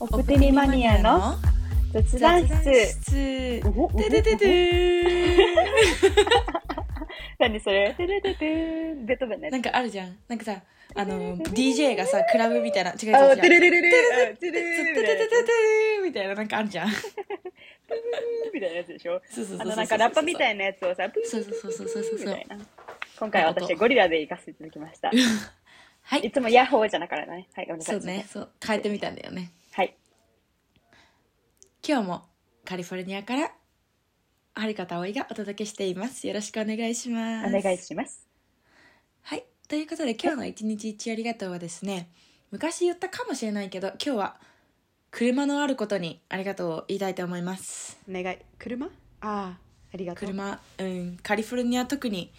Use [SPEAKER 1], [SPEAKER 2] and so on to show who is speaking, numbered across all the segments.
[SPEAKER 1] おプニマニアの雑談室。
[SPEAKER 2] 室
[SPEAKER 1] おほおほ
[SPEAKER 2] てててて
[SPEAKER 1] 何それてれててーベトーベンのや
[SPEAKER 2] な
[SPEAKER 1] つ
[SPEAKER 2] んかあるじゃんなんかさあの DJ がさクラブみたいな違う違う違
[SPEAKER 1] あ、
[SPEAKER 2] う
[SPEAKER 1] てれれれれれてれれ
[SPEAKER 2] ててて
[SPEAKER 1] れ
[SPEAKER 2] て
[SPEAKER 1] れ
[SPEAKER 2] ててみたいななんかあるじゃん
[SPEAKER 1] みたいなやつでしょ
[SPEAKER 2] そうそうそう
[SPEAKER 1] あ
[SPEAKER 2] そう
[SPEAKER 1] のなんかラッパみた
[SPEAKER 2] い
[SPEAKER 1] いなやつをさ、プー
[SPEAKER 2] そうそうそうそうそうそう
[SPEAKER 1] みたいな。今回は私ゴリラで行かせていただきました。
[SPEAKER 2] はい
[SPEAKER 1] いつもヤッホーじゃなからね。はい、お願いし
[SPEAKER 2] そ
[SPEAKER 1] ま
[SPEAKER 2] う
[SPEAKER 1] す。
[SPEAKER 2] ねそう変えてみたんだよね
[SPEAKER 1] はい。
[SPEAKER 2] 今日もカリフォルニアからはるかたおいがお届けしていますよろしくお願いします
[SPEAKER 1] お願いします。
[SPEAKER 2] はい。ということで今日の一日一ありがとうはですね、昔言ったかもしれないけど、今日は車のあることにありがとうを言いたいと思います。
[SPEAKER 3] お願い車ああありがとう
[SPEAKER 2] 車、うん、カリフォルニア特に、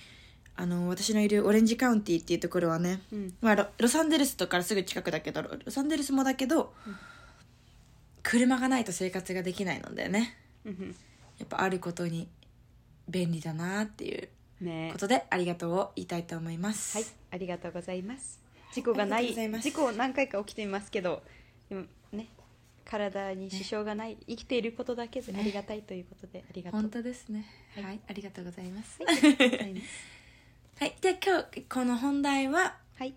[SPEAKER 2] あの、私のいるオレンジカウンティっていうところはね、
[SPEAKER 3] うん
[SPEAKER 2] まあロ、ロサンゼルスとからすぐ近くだけど、ロロサンゼルスもだけど、車がないと生活ができないのでね、
[SPEAKER 3] うん
[SPEAKER 2] やっぱあることに便利だなっていう
[SPEAKER 3] うんね
[SPEAKER 2] ことで、ありがとうを言いたいと思います。
[SPEAKER 3] はいありがとうございます事故がな
[SPEAKER 2] あり
[SPEAKER 3] い
[SPEAKER 2] がとうございます
[SPEAKER 3] 事故何回か起きていますけどでもね体に支障がない、生きていることだけでありがたいということで、ありがとう
[SPEAKER 2] 本
[SPEAKER 3] ござ
[SPEAKER 2] 当ですね。はい、ありがとうございます。
[SPEAKER 3] い ます
[SPEAKER 2] はい、じゃあ今日この本題は
[SPEAKER 3] はい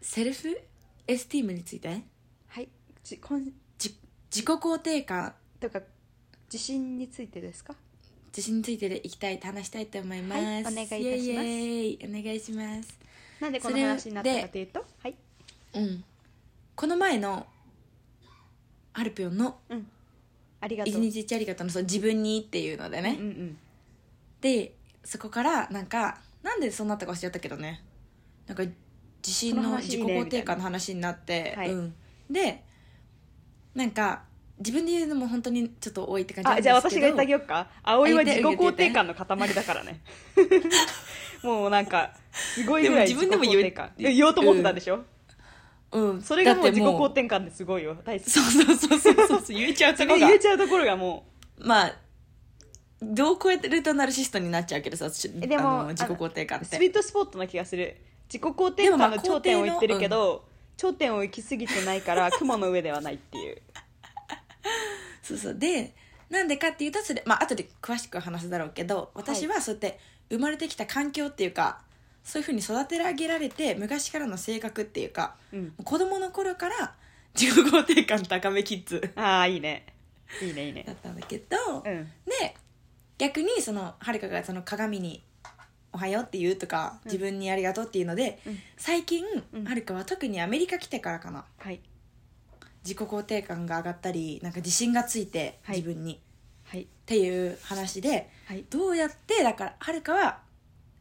[SPEAKER 2] セルフエスティームについて
[SPEAKER 3] はいじこん
[SPEAKER 2] じ自己肯定感
[SPEAKER 3] とか自信についてですか
[SPEAKER 2] 自信についてでいきたいと話したいと思います、
[SPEAKER 3] はいお願いいたします
[SPEAKER 2] イエイイエイお願いします
[SPEAKER 3] なんでこの
[SPEAKER 2] それ
[SPEAKER 3] 話になったかというとはい
[SPEAKER 2] うんこの前のアルピオンの
[SPEAKER 3] うんあり
[SPEAKER 2] 「
[SPEAKER 3] がと
[SPEAKER 2] 一
[SPEAKER 3] う
[SPEAKER 2] 日一ありがとうのそう自分に」っていうのでね、
[SPEAKER 3] うんうん
[SPEAKER 2] でそこからなんかなんでそうなったか忘れちゃったけどねなんか自信
[SPEAKER 3] この
[SPEAKER 2] の
[SPEAKER 3] 話
[SPEAKER 2] 自
[SPEAKER 3] い
[SPEAKER 2] 己
[SPEAKER 3] いね
[SPEAKER 2] 肯定感の話になって
[SPEAKER 3] はい
[SPEAKER 2] うん、でなんか自分で言うのも本当にちょっと多いって感じなん
[SPEAKER 3] あ
[SPEAKER 2] です
[SPEAKER 3] じ
[SPEAKER 2] け
[SPEAKER 3] ゃあ私が言
[SPEAKER 2] ど
[SPEAKER 3] ってあげようか葵は自己肯定感の塊だから ねもうなんかすごいぐらい
[SPEAKER 2] で
[SPEAKER 3] 自
[SPEAKER 2] も自
[SPEAKER 3] 己
[SPEAKER 2] 分でも
[SPEAKER 3] 肯
[SPEAKER 2] 言う
[SPEAKER 3] 定感言おうと思ってたでしょ、
[SPEAKER 2] うん、
[SPEAKER 3] それがもう自己肯
[SPEAKER 2] 定
[SPEAKER 3] 定感ですごいよ大好き
[SPEAKER 2] そうそうそうそうそうそう言えちゃう
[SPEAKER 3] それ
[SPEAKER 2] とこ
[SPEAKER 3] 言
[SPEAKER 2] が
[SPEAKER 3] えちゃうところがも
[SPEAKER 2] まあどう超えてるとナルシストになっちゃうけどさし
[SPEAKER 3] でも
[SPEAKER 2] あの自己肯定感
[SPEAKER 3] う
[SPEAKER 2] っ
[SPEAKER 3] スイ
[SPEAKER 2] て
[SPEAKER 3] ートスポットな気がする自己肯定感
[SPEAKER 2] でもまあ
[SPEAKER 3] の頂点を言ってるけ
[SPEAKER 2] 肯
[SPEAKER 3] ど、頂点を行き過ぎてないから雲の上ではないっていう
[SPEAKER 2] そうそうでなんでかっていうとそれまあ後で詳しくは話すだろうけど私はそうやって生まれてきた環境っていうかそういうふうに育て上げられて昔からの性格っていうか
[SPEAKER 3] うん
[SPEAKER 2] 子供の頃から自己肯定感高めキッズ
[SPEAKER 3] ああいいねいいねいいね
[SPEAKER 2] だったんだけど、
[SPEAKER 3] うん
[SPEAKER 2] で逆にそのはるかがその鏡に「おはよう」って言うとか、自分に「ありがとう」っていうので、
[SPEAKER 3] うん
[SPEAKER 2] 最近、
[SPEAKER 3] うん
[SPEAKER 2] はるかは特にアメリカ来てからかな
[SPEAKER 3] はい
[SPEAKER 2] 自己肯定感が上がったりなんか自信がついて、
[SPEAKER 3] はい
[SPEAKER 2] 自分に
[SPEAKER 3] はい
[SPEAKER 2] っていう話で
[SPEAKER 3] はい
[SPEAKER 2] どうやってだからはるかは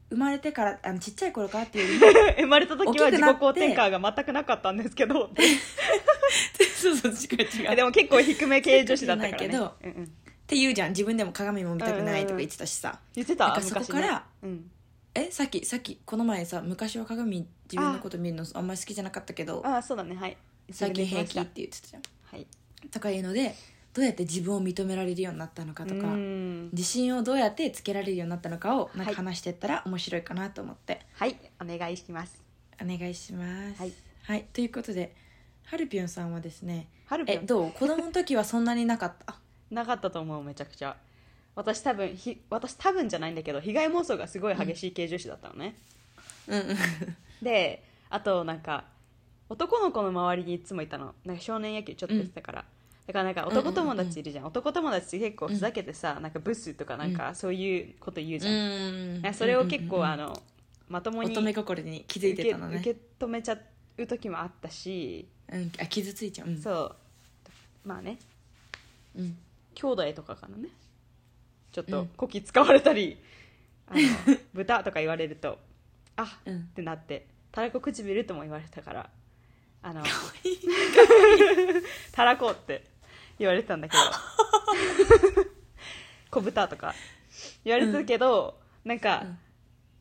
[SPEAKER 2] 生まれてからあのちっちゃい頃からっていうよりも
[SPEAKER 3] 生まれた時は
[SPEAKER 2] 大き
[SPEAKER 3] 自己
[SPEAKER 2] くなって
[SPEAKER 3] 肯定感が全くなかったんですけど
[SPEAKER 2] そうそう違う違う
[SPEAKER 3] でも結構低め系女子だったから、ね、
[SPEAKER 2] 低くない
[SPEAKER 3] うんうん
[SPEAKER 2] って言うじゃん自分でも鏡も見たくないとか言ってたしさ、
[SPEAKER 3] 言って
[SPEAKER 2] な
[SPEAKER 3] た
[SPEAKER 2] んかそこから
[SPEAKER 3] 昔ね
[SPEAKER 2] えさっきさっきこの前さ昔は鏡自分のこと見るのあんまり好きじゃなかったけど
[SPEAKER 3] うん、ああそうだねはい
[SPEAKER 2] 最近平気
[SPEAKER 3] は
[SPEAKER 2] っ
[SPEAKER 3] い
[SPEAKER 2] て言ってたじゃんとかいうのでどうやって自分を認められるようになったのかと
[SPEAKER 3] う
[SPEAKER 2] か
[SPEAKER 3] ん
[SPEAKER 2] 自信をどうやってつけられるようになったのかをな
[SPEAKER 3] は
[SPEAKER 2] んか
[SPEAKER 3] い
[SPEAKER 2] 話してったら面白いかなと思って、
[SPEAKER 3] はいお願いします
[SPEAKER 2] お願いします
[SPEAKER 3] はい、
[SPEAKER 2] はいということでハルピョンさんはですね
[SPEAKER 3] はるぴ
[SPEAKER 2] え
[SPEAKER 3] ょん
[SPEAKER 2] どう子供の時はそんなになかった
[SPEAKER 3] なかったと思うめちゃくちゃ私多分ひ私多分じゃないんだけど被害妄想がすごい激しい系女子だったのね、
[SPEAKER 2] うんうん
[SPEAKER 3] であとなんか男の子の周りにいつもいたのなんか少年野球ちょっとやってたから、だからなんか男友達いるじゃん,、男友達って結構ふざけてさ、なんかブスとかなんかそういうこと言うじゃん、なんかそれを結構、あ
[SPEAKER 2] の
[SPEAKER 3] のまともに
[SPEAKER 2] 乙女心に気づい
[SPEAKER 3] 受
[SPEAKER 2] て
[SPEAKER 3] け
[SPEAKER 2] たのね
[SPEAKER 3] 受け止めちゃう時もあったし、
[SPEAKER 2] うん、あ傷ついちゃう、うん
[SPEAKER 3] そうまあね
[SPEAKER 2] うん
[SPEAKER 3] 兄弟とかからねちょっ
[SPEAKER 2] う
[SPEAKER 3] と
[SPEAKER 2] ん
[SPEAKER 3] こき使われた り「あの豚」とか言われると「あ
[SPEAKER 2] う
[SPEAKER 3] っ」
[SPEAKER 2] ん
[SPEAKER 3] ってなって「たらこ唇」とも言われたから「あのたらこ」って言われてたんだ けど「小豚」とか言われてたけど、なんか、
[SPEAKER 2] うん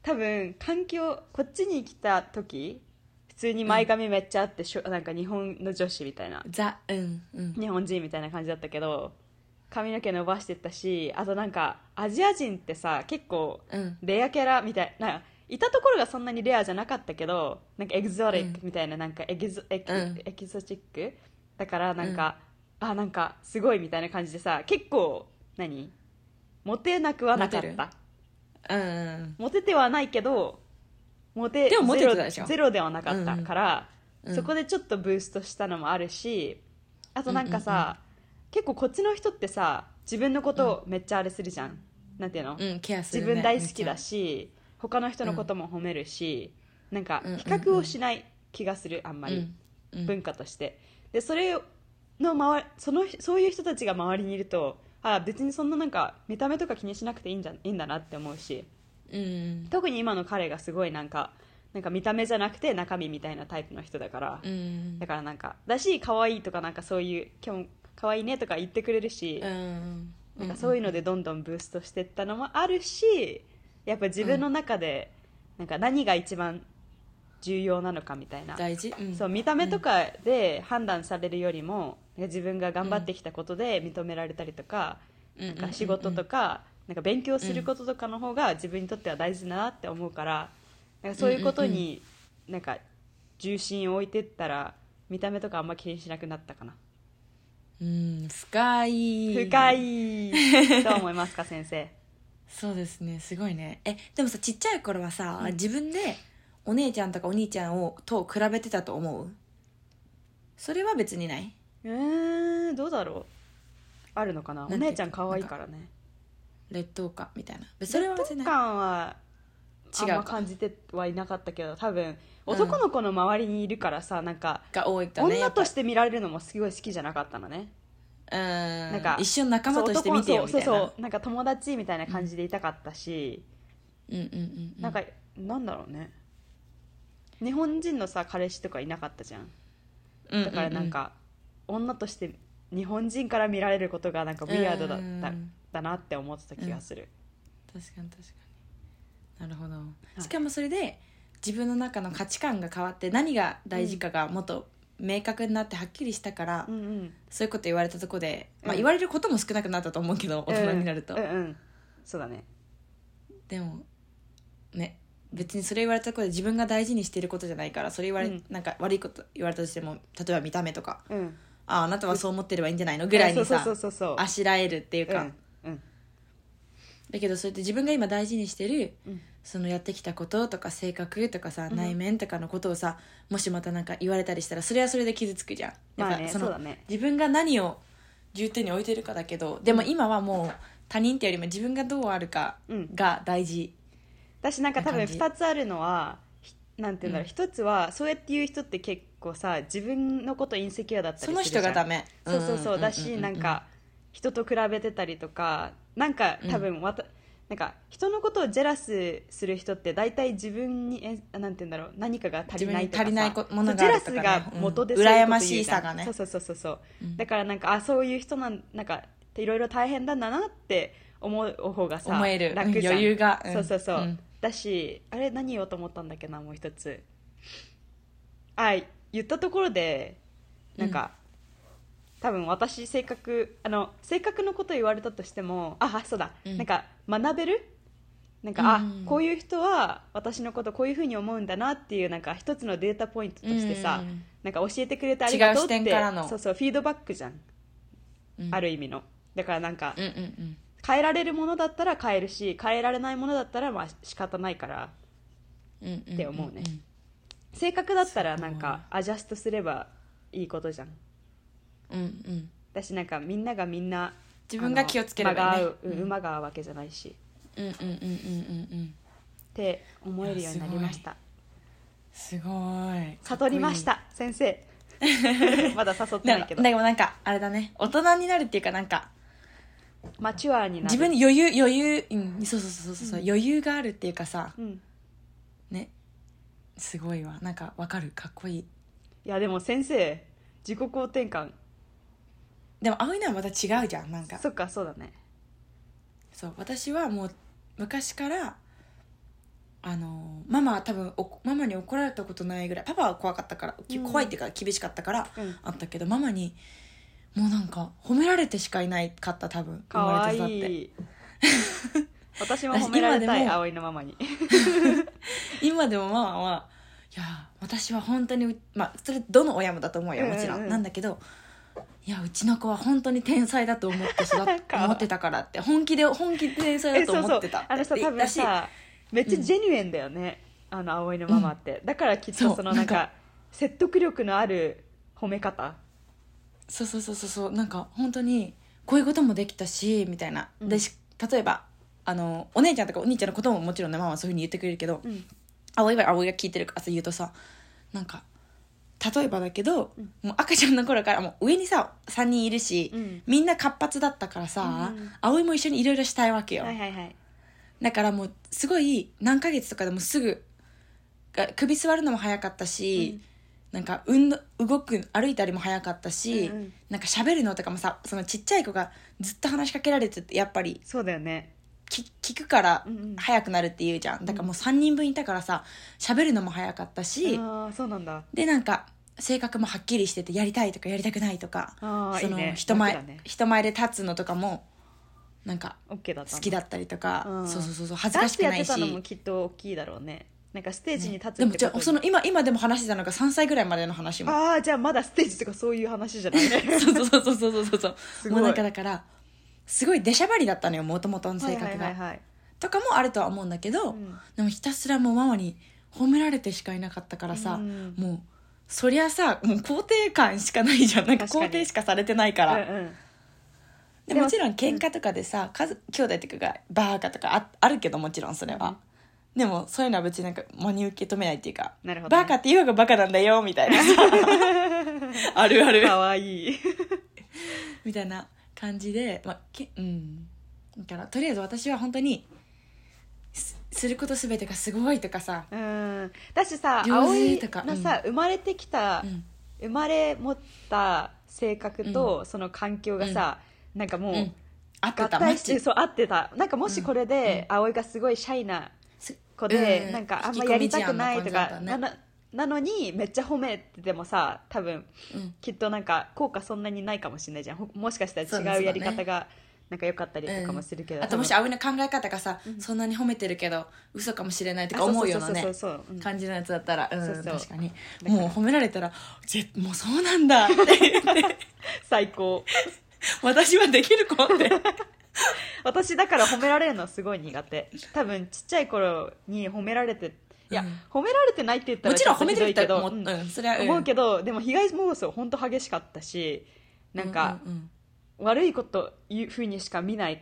[SPEAKER 3] 多分環境こっちに来た時普通に前髪めっちゃあって、しょなんか日本の女子みたいな
[SPEAKER 2] ザうんうん
[SPEAKER 3] 日本人みたいな感じだったけど髪の毛伸ばしてったしあとなんかアジア人ってさ結構
[SPEAKER 2] うん
[SPEAKER 3] レアキャラみたいないたところがそんなにレアじゃなかったけどなんかエキゾリックみたいな,、なんかエキゾエキ、
[SPEAKER 2] うん
[SPEAKER 3] エキゾチックだからなんか、あなんかすごいみたいな感じでさ結構何モテなくはなかっ
[SPEAKER 2] モテ
[SPEAKER 3] た
[SPEAKER 2] るうんうん
[SPEAKER 3] モテてはないけどモテ
[SPEAKER 2] でもモテてた
[SPEAKER 3] ゼロ
[SPEAKER 2] でしょ
[SPEAKER 3] ゼロではなかったから、
[SPEAKER 2] うんうん
[SPEAKER 3] そこでちょっとブーストしたのもあるしあとなんかさ、
[SPEAKER 2] うんうん
[SPEAKER 3] 結構こっちの人ってさ自分のことをめっちゃあれするじゃん、なんていうの、
[SPEAKER 2] うんケアす
[SPEAKER 3] 自
[SPEAKER 2] る、ね、
[SPEAKER 3] 分大好きだ
[SPEAKER 2] し
[SPEAKER 3] し他の人のことも褒めるし、なんか
[SPEAKER 2] うんうんうん
[SPEAKER 3] 比較をしない気がするあんまり、
[SPEAKER 2] うんうん
[SPEAKER 3] 文化としてでそれの周りそのそういう人たちが周りにいるとあ別にそんななんか見た目とか気にしなくていいんじゃいいんだなって思うし
[SPEAKER 2] うん
[SPEAKER 3] 特に今の彼がすごいなんかなんか見た目じゃなくて中身みたいなタイプの人だから、
[SPEAKER 2] うん
[SPEAKER 3] だからなんかだし可愛いとかなんかそういう今日も可愛いねとか言ってくれるし、
[SPEAKER 2] うん
[SPEAKER 3] なんかそういうのでどんどんブーストしていったのもあるしやっぱ自分の中でなんか何が一番重要なのかみたいな、
[SPEAKER 2] 大事、うん、
[SPEAKER 3] そう見た目とかで判断されるよりも、なんか自分が頑張ってきたことで認められたりとか,、
[SPEAKER 2] うん
[SPEAKER 3] なんか仕事とか,、なんか勉強することとかの方が自分にとっては大事だなって思うからなんかそういうことになんか重心を置いてったら見た目とかあんま気にしなくなったかな。
[SPEAKER 2] うん深い
[SPEAKER 3] 深 いどう思いますか先生
[SPEAKER 2] そうですねすごいねえでもさちっちゃい頃はさ、自分でお姉ちゃんとかお兄ちゃんをと比べてたと思うそれは別にない
[SPEAKER 3] えー、どうだろうあるのかな
[SPEAKER 2] な
[SPEAKER 3] お
[SPEAKER 2] んていうか
[SPEAKER 3] 姉ちゃん可愛いからね
[SPEAKER 2] 劣等感みたいなそれは別
[SPEAKER 3] 劣
[SPEAKER 2] に
[SPEAKER 3] 等
[SPEAKER 2] ない
[SPEAKER 3] 感はあん
[SPEAKER 2] 違う
[SPEAKER 3] ま
[SPEAKER 2] か
[SPEAKER 3] 感じてはいなかったけど多分男の子の周りにいるからさ、なんか
[SPEAKER 2] が多いかね
[SPEAKER 3] 女としてて見られるのもすごい好きじゃなかったのね
[SPEAKER 2] うん
[SPEAKER 3] なんか
[SPEAKER 2] 一瞬仲間として見てよみ
[SPEAKER 3] そ
[SPEAKER 2] た
[SPEAKER 3] う
[SPEAKER 2] いな
[SPEAKER 3] そうそうそうなんか友達みたいな感じでいたかったし、
[SPEAKER 2] うんうんうんうん
[SPEAKER 3] なんかなんだろうね日本人のさ彼氏とかいなかったじゃん
[SPEAKER 2] うんうんう
[SPEAKER 3] だからなんか、女として日本人から見られることがなんかウィアードだっ
[SPEAKER 2] うん
[SPEAKER 3] ただなって思ってた気がする、
[SPEAKER 2] 確かに確かになるほど、しかもそれで自分の中の価値観が変わって何が大事かがもっと明確になってはっきりしたから、
[SPEAKER 3] うんうん、
[SPEAKER 2] そういうこと言われたとこで、
[SPEAKER 3] う
[SPEAKER 2] まあ、
[SPEAKER 3] ん
[SPEAKER 2] 言われることも少なくなったと思うけど、大人になると、
[SPEAKER 3] うんうんそうだね
[SPEAKER 2] でもね別にそれ言われたとこで自分が大事にしてることじゃないからそれ言われ、
[SPEAKER 3] うん
[SPEAKER 2] なんか悪いこと言われたとしても例えば見た目とか
[SPEAKER 3] うん
[SPEAKER 2] ああなたはそう思ってればいいんじゃないのぐらいにさ
[SPEAKER 3] そうそうそうそう
[SPEAKER 2] あしらえるっていうか、
[SPEAKER 3] うんうん
[SPEAKER 2] だけどそれって自分が今大事にしてる
[SPEAKER 3] うん
[SPEAKER 2] そのやってきたこととか性格とかさ、内面とかのことをさもしまたなんか言われたりしたらそれはそれで傷つくじゃん
[SPEAKER 3] まあ
[SPEAKER 2] やっ
[SPEAKER 3] ね
[SPEAKER 2] ぱそ
[SPEAKER 3] そう
[SPEAKER 2] の
[SPEAKER 3] だね
[SPEAKER 2] 自分が何を重点に置いてるかだけどでも今はもう他人ってよりも自分がどうあるか
[SPEAKER 3] うん
[SPEAKER 2] が大事、
[SPEAKER 3] 私なんか多分
[SPEAKER 2] な感じ
[SPEAKER 3] 2つあるのはひなんて言うんだろう、一つはそうやって言う人って結構さ自分のことインセキュアだったりす
[SPEAKER 2] そ
[SPEAKER 3] る
[SPEAKER 2] の
[SPEAKER 3] じゃ
[SPEAKER 2] 人
[SPEAKER 3] ん
[SPEAKER 2] がダメ
[SPEAKER 3] そうそうそうだし
[SPEAKER 2] ん
[SPEAKER 3] なんか人と比べてたりとかなんか多分わた、なんか人のことをジェラスする人って大体自分にえなんて言うんだろう何かが足りないとかさ
[SPEAKER 2] 自分に足りないこものがあると
[SPEAKER 3] そ
[SPEAKER 2] かね
[SPEAKER 3] うジェラスが元で
[SPEAKER 2] うん
[SPEAKER 3] そういうこと言うじゃん
[SPEAKER 2] 羨ましさがね
[SPEAKER 3] そうそうそうそうそうだからなんかあそういう人なんなんかいろいろ大変だなって思う方がさ
[SPEAKER 2] 思える
[SPEAKER 3] 楽じゃん
[SPEAKER 2] うん余裕がうん
[SPEAKER 3] そうそうそう、
[SPEAKER 2] うん
[SPEAKER 3] だしあれ何言おうと思ったんだっけなもう一つあ言ったところでなんか、多分私性格あの性格のこと言われたとしてもああそうだ、
[SPEAKER 2] うん
[SPEAKER 3] なんか学べるなんか、
[SPEAKER 2] うん
[SPEAKER 3] あこういう人は私のことこういうふうに思うんだなっていうなんか一つのデータポイントとしてさ、
[SPEAKER 2] うん
[SPEAKER 3] なんか教えてくれてありがとうって
[SPEAKER 2] 違う視点からの
[SPEAKER 3] そうそうフィードバックじゃん、
[SPEAKER 2] うん
[SPEAKER 3] ある意味のだからなんか、
[SPEAKER 2] うんうんうん
[SPEAKER 3] 変えられるものだったら変えるし変えられないものだったらまあ仕方ないから
[SPEAKER 2] うんうんうん
[SPEAKER 3] って思うね性格だったらなんかアジャストすればいいことじゃん
[SPEAKER 2] うんうん
[SPEAKER 3] だしなんかみんながみんな
[SPEAKER 2] 自分が気をつければいいね
[SPEAKER 3] あの馬が合ううん馬が合うわけじゃないし、
[SPEAKER 2] うんうんうんうんうんうん
[SPEAKER 3] って思えるようになりました
[SPEAKER 2] すごい
[SPEAKER 3] 悟りまし
[SPEAKER 2] かった
[SPEAKER 3] 先 生まだ誘っ
[SPEAKER 2] こ
[SPEAKER 3] て
[SPEAKER 2] いい
[SPEAKER 3] ないけど
[SPEAKER 2] でもなんかあれだね大人になるっていうかなんか
[SPEAKER 3] マチュアになる
[SPEAKER 2] 自分に余裕余裕うんそうそうそうそうそう、余裕があるっていうかさ
[SPEAKER 3] うん
[SPEAKER 2] ねすごいわなんかわかるかっこいい
[SPEAKER 3] いやでも先生自己肯定感
[SPEAKER 2] でも葵のはまた違うじゃんなんか
[SPEAKER 3] そっかそうだね
[SPEAKER 2] そう私はもう昔からあのママは多分おママに怒られたことないぐらいパパは怖かったから、き
[SPEAKER 3] うん
[SPEAKER 2] 怖いっていうか厳しかったから、
[SPEAKER 3] うん
[SPEAKER 2] あったけどママにもうなんか褒められてしかいないかった多分
[SPEAKER 3] かわ
[SPEAKER 2] 生まれて育って
[SPEAKER 3] いい私も褒められた
[SPEAKER 2] 私今で
[SPEAKER 3] い
[SPEAKER 2] も
[SPEAKER 3] 葵のママに
[SPEAKER 2] 今でもママはいや私は本当にうまあそれどの親もだと思うよもち
[SPEAKER 3] うん
[SPEAKER 2] ろん、
[SPEAKER 3] うんうん
[SPEAKER 2] なんだけどいやうちの子は本当に天才だと思って育っ
[SPEAKER 3] かわいい
[SPEAKER 2] 思ってたからって本気で本気で天才
[SPEAKER 3] え
[SPEAKER 2] だと
[SPEAKER 3] そう
[SPEAKER 2] 思
[SPEAKER 3] そ
[SPEAKER 2] っ
[SPEAKER 3] う
[SPEAKER 2] てたって
[SPEAKER 3] あのさ
[SPEAKER 2] 言
[SPEAKER 3] 多
[SPEAKER 2] った
[SPEAKER 3] 分
[SPEAKER 2] し
[SPEAKER 3] さめっちゃジェニュエンだよね、あの葵のママって、だからきっ
[SPEAKER 2] そ
[SPEAKER 3] と
[SPEAKER 2] う
[SPEAKER 3] その
[SPEAKER 2] な
[SPEAKER 3] なんん
[SPEAKER 2] か
[SPEAKER 3] か説得力のある褒め方
[SPEAKER 2] そうそうそうそうそうなんか本当にこういうこともできたしみたいな、
[SPEAKER 3] うん
[SPEAKER 2] でし例えばあのお姉ちゃんとかお兄ちゃんのことももちろんねママはそういうふうに言ってくれるけど、
[SPEAKER 3] うん
[SPEAKER 2] 葵は葵が聞いてるからさ言うとさなんか例えばだけど、
[SPEAKER 3] うん
[SPEAKER 2] もう赤ちゃんの頃からもう上にさ3人いるし、
[SPEAKER 3] うん
[SPEAKER 2] みんな活発だったからさ、
[SPEAKER 3] うん
[SPEAKER 2] 葵も一緒にいろいろしたいわけよ、
[SPEAKER 3] はいはいはい
[SPEAKER 2] だからもうすごい何ヶ月とかでもすぐが首座るのも早かったし、なんか運動動く歩いたりも早かったし、
[SPEAKER 3] うんうん
[SPEAKER 2] なんか喋るのとかもさそのちっちゃい子がずっと話しかけられててやっぱり
[SPEAKER 3] そうだよね
[SPEAKER 2] 聞聞くから
[SPEAKER 3] うんうん
[SPEAKER 2] 早くなるって言うじゃん、だからもう3人分いたからさ喋るのも早かったし、
[SPEAKER 3] ああそうなんだ
[SPEAKER 2] でなんか性格もはっきりしててやりたいとかやりたくないとか
[SPEAKER 3] ああい
[SPEAKER 2] そ
[SPEAKER 3] い
[SPEAKER 2] の
[SPEAKER 3] ね
[SPEAKER 2] 人前
[SPEAKER 3] 楽だね
[SPEAKER 2] 人前で立つのとかもなんか
[SPEAKER 3] OK だった
[SPEAKER 2] 好き
[SPEAKER 3] だ
[SPEAKER 2] だったりとか、
[SPEAKER 3] うん
[SPEAKER 2] そうそうそうそう恥ずかしく
[SPEAKER 3] ダンス
[SPEAKER 2] ない
[SPEAKER 3] やって
[SPEAKER 2] した
[SPEAKER 3] のもきっと大きいだろうねなんかステージに立つ
[SPEAKER 2] でもじゃ
[SPEAKER 3] こ
[SPEAKER 2] あ
[SPEAKER 3] と
[SPEAKER 2] そ
[SPEAKER 3] に
[SPEAKER 2] の今今でも話してたのが3歳ぐらいまでの話も
[SPEAKER 3] ああじゃあまだステージとかそういう話 じゃないね
[SPEAKER 2] そうそうそうそうそうそうそ
[SPEAKER 3] す
[SPEAKER 2] う
[SPEAKER 3] ごい
[SPEAKER 2] も
[SPEAKER 3] う
[SPEAKER 2] なんかだからすごい出しゃばりだったのよもともとの性格が、
[SPEAKER 3] はいはいはい
[SPEAKER 2] とかもあるとは思うんだけど、
[SPEAKER 3] うん
[SPEAKER 2] でもひたすらもうママに褒められてしかいなかったからさ、
[SPEAKER 3] うん
[SPEAKER 2] もうそりゃさもう肯定感しかないじゃんなんか
[SPEAKER 3] 確か
[SPEAKER 2] 肯
[SPEAKER 3] に
[SPEAKER 2] 定しかされてないから
[SPEAKER 3] うんうん
[SPEAKER 2] で
[SPEAKER 3] でも
[SPEAKER 2] もちろん喧嘩とかでさ家族兄弟とかがバーカとかああるけどもちろんそれは、でもそういうのは別になんか真に受け止めないっていうか
[SPEAKER 3] なるほどね
[SPEAKER 2] バカって言う方がバカなんだよみたいなさあるある
[SPEAKER 3] かわいい
[SPEAKER 2] みたいな感じで、まあけうん、だからとりあえず私は本当にすすること全てがすごいとかさ、
[SPEAKER 3] うんだしさ
[SPEAKER 2] 上手
[SPEAKER 3] 葵
[SPEAKER 2] とか
[SPEAKER 3] のさ、生まれてきた、
[SPEAKER 2] うん
[SPEAKER 3] 生まれ持った性格と、その環境がさ、なんかもう、
[SPEAKER 2] うん合って
[SPEAKER 3] 合
[SPEAKER 2] たマ
[SPEAKER 3] 体
[SPEAKER 2] ッ
[SPEAKER 3] し
[SPEAKER 2] チ
[SPEAKER 3] てそう合ってたなんかもしこれで、葵がすごいシャイな子で、
[SPEAKER 2] うん
[SPEAKER 3] なんかあんまやりたくないと
[SPEAKER 2] 引き込み思案な
[SPEAKER 3] か、
[SPEAKER 2] 感じだ
[SPEAKER 3] な
[SPEAKER 2] ったね
[SPEAKER 3] ななのにめっちゃ褒めててもさ多分
[SPEAKER 2] うん
[SPEAKER 3] きっとなんか効果そんなにないかもしれないじゃんほもしかした
[SPEAKER 2] そうだ
[SPEAKER 3] ら違
[SPEAKER 2] そうう
[SPEAKER 3] や
[SPEAKER 2] だ
[SPEAKER 3] り
[SPEAKER 2] ね
[SPEAKER 3] 方がなんか良かったりとかもするけど、
[SPEAKER 2] あともし葵の考え方がさ、
[SPEAKER 3] ん
[SPEAKER 2] そんなに褒めてるけど嘘かもしれないと
[SPEAKER 3] 多
[SPEAKER 2] か
[SPEAKER 3] 分
[SPEAKER 2] 思うようなね
[SPEAKER 3] あそうそうそうそううん
[SPEAKER 2] 感じのやつだったら、うん、
[SPEAKER 3] そうそう
[SPEAKER 2] 確かに
[SPEAKER 3] だから
[SPEAKER 2] もう褒められたら「ぜもうそうなんだ」 って言って
[SPEAKER 3] 最高
[SPEAKER 2] 「私はできる子」って
[SPEAKER 3] 私だから褒められるのすごい苦手多分ちっちゃい頃に褒められていや、
[SPEAKER 2] うん
[SPEAKER 3] 褒められてないって言った
[SPEAKER 2] も
[SPEAKER 3] ら
[SPEAKER 2] ち
[SPEAKER 3] ちょ
[SPEAKER 2] ろん
[SPEAKER 3] っと
[SPEAKER 2] 褒め
[SPEAKER 3] ひど
[SPEAKER 2] て
[SPEAKER 3] い
[SPEAKER 2] た
[SPEAKER 3] け
[SPEAKER 2] ら
[SPEAKER 3] ど
[SPEAKER 2] もう、
[SPEAKER 3] うん
[SPEAKER 2] うん、それは、うん、
[SPEAKER 3] 思うけどでも被害妄想本当激しかったしなんか
[SPEAKER 2] うんうん
[SPEAKER 3] 悪いこというふうにしか見ない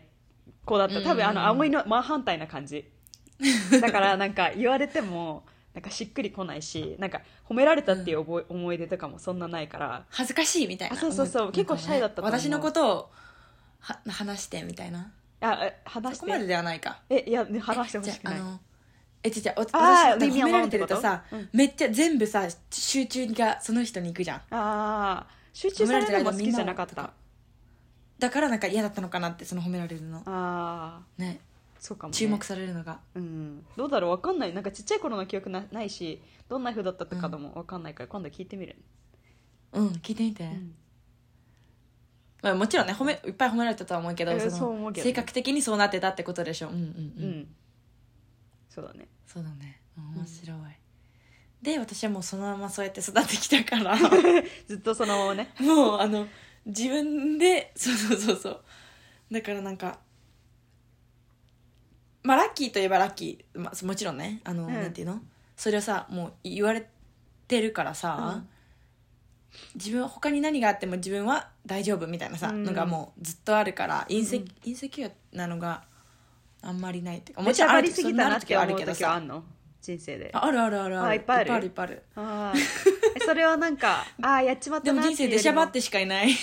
[SPEAKER 3] 子だった多分あの葵の真反対な感じだ からなんか言われてもなんかしっくりこないしなんか褒められたっていう覚え思い出とかもそんなないから
[SPEAKER 2] 恥ずかしいみたいな
[SPEAKER 3] あそうそうそう
[SPEAKER 2] なんか
[SPEAKER 3] 結構シャイだったと思う
[SPEAKER 2] 私のことをは話してみたいな
[SPEAKER 3] あえ話し
[SPEAKER 2] そこまで
[SPEAKER 3] て
[SPEAKER 2] ではないか
[SPEAKER 3] えいやね話してほしく
[SPEAKER 2] じゃあ
[SPEAKER 3] ない
[SPEAKER 2] あのえちゃあお私
[SPEAKER 3] あー
[SPEAKER 2] なんか
[SPEAKER 3] 耳を
[SPEAKER 2] 褒
[SPEAKER 3] 守
[SPEAKER 2] められてるとさ
[SPEAKER 3] ってこと
[SPEAKER 2] めっちゃ全部さ集中がその人に行くじゃん
[SPEAKER 3] ああ集中されるのも好きじゃなかっ
[SPEAKER 2] 褒められてる間みんなをと
[SPEAKER 3] た
[SPEAKER 2] かだからなんか嫌だったのかなってその褒められるの
[SPEAKER 3] ああ
[SPEAKER 2] ね
[SPEAKER 3] そうかも、ね、
[SPEAKER 2] 注目されるのが、
[SPEAKER 3] うん、どうだろうわかんないなんかちっちゃい頃の記憶なないしどんな風だったとかでもわかんないから、今度聞いてみる、
[SPEAKER 2] うん聞いてみて、
[SPEAKER 3] うん
[SPEAKER 2] まあ、もちろんね褒めいっぱい褒められたとは思うけど,、
[SPEAKER 3] えー
[SPEAKER 2] その
[SPEAKER 3] そう思うけどね
[SPEAKER 2] 性格的にそうなってたってことでしょうんうん
[SPEAKER 3] うん
[SPEAKER 2] うん、
[SPEAKER 3] そうだね
[SPEAKER 2] そうだね面白い、で私はもうそのままそうやって育ってきたから
[SPEAKER 3] ずっとそのままね
[SPEAKER 2] もうあの自分でそうそうそうそうだからなんかまあラッキーといえばラッキー、まあ、もちろんねあの、
[SPEAKER 3] うん
[SPEAKER 2] なんていうのそれはさもう言われてるからさ、
[SPEAKER 3] うん
[SPEAKER 2] 自分は他に何があっても自分は大丈夫みたいなさ、
[SPEAKER 3] うん
[SPEAKER 2] のがもうずっとあるから隕石、
[SPEAKER 3] うん
[SPEAKER 2] 隕石なのがあんまりないっていうか
[SPEAKER 3] め
[SPEAKER 2] も
[SPEAKER 3] っ
[SPEAKER 2] ち
[SPEAKER 3] ちゃ
[SPEAKER 2] ろ
[SPEAKER 3] 上
[SPEAKER 2] んあ
[SPEAKER 3] が
[SPEAKER 2] る
[SPEAKER 3] りすぎたなって思う
[SPEAKER 2] 時はあるけど
[SPEAKER 3] 時
[SPEAKER 2] さ
[SPEAKER 3] はあんの人生であ
[SPEAKER 2] ああるあるある
[SPEAKER 3] あ
[SPEAKER 2] ある
[SPEAKER 3] いっぱいある
[SPEAKER 2] いっぱいあるいっぱい
[SPEAKER 3] あ
[SPEAKER 2] ある
[SPEAKER 3] ーえそれはなん かああやっちまっ
[SPEAKER 2] で
[SPEAKER 3] た
[SPEAKER 2] も
[SPEAKER 3] な
[SPEAKER 2] 人
[SPEAKER 3] い
[SPEAKER 2] 生
[SPEAKER 3] う
[SPEAKER 2] 出しゃばっ
[SPEAKER 3] よ
[SPEAKER 2] てしか いない
[SPEAKER 3] りも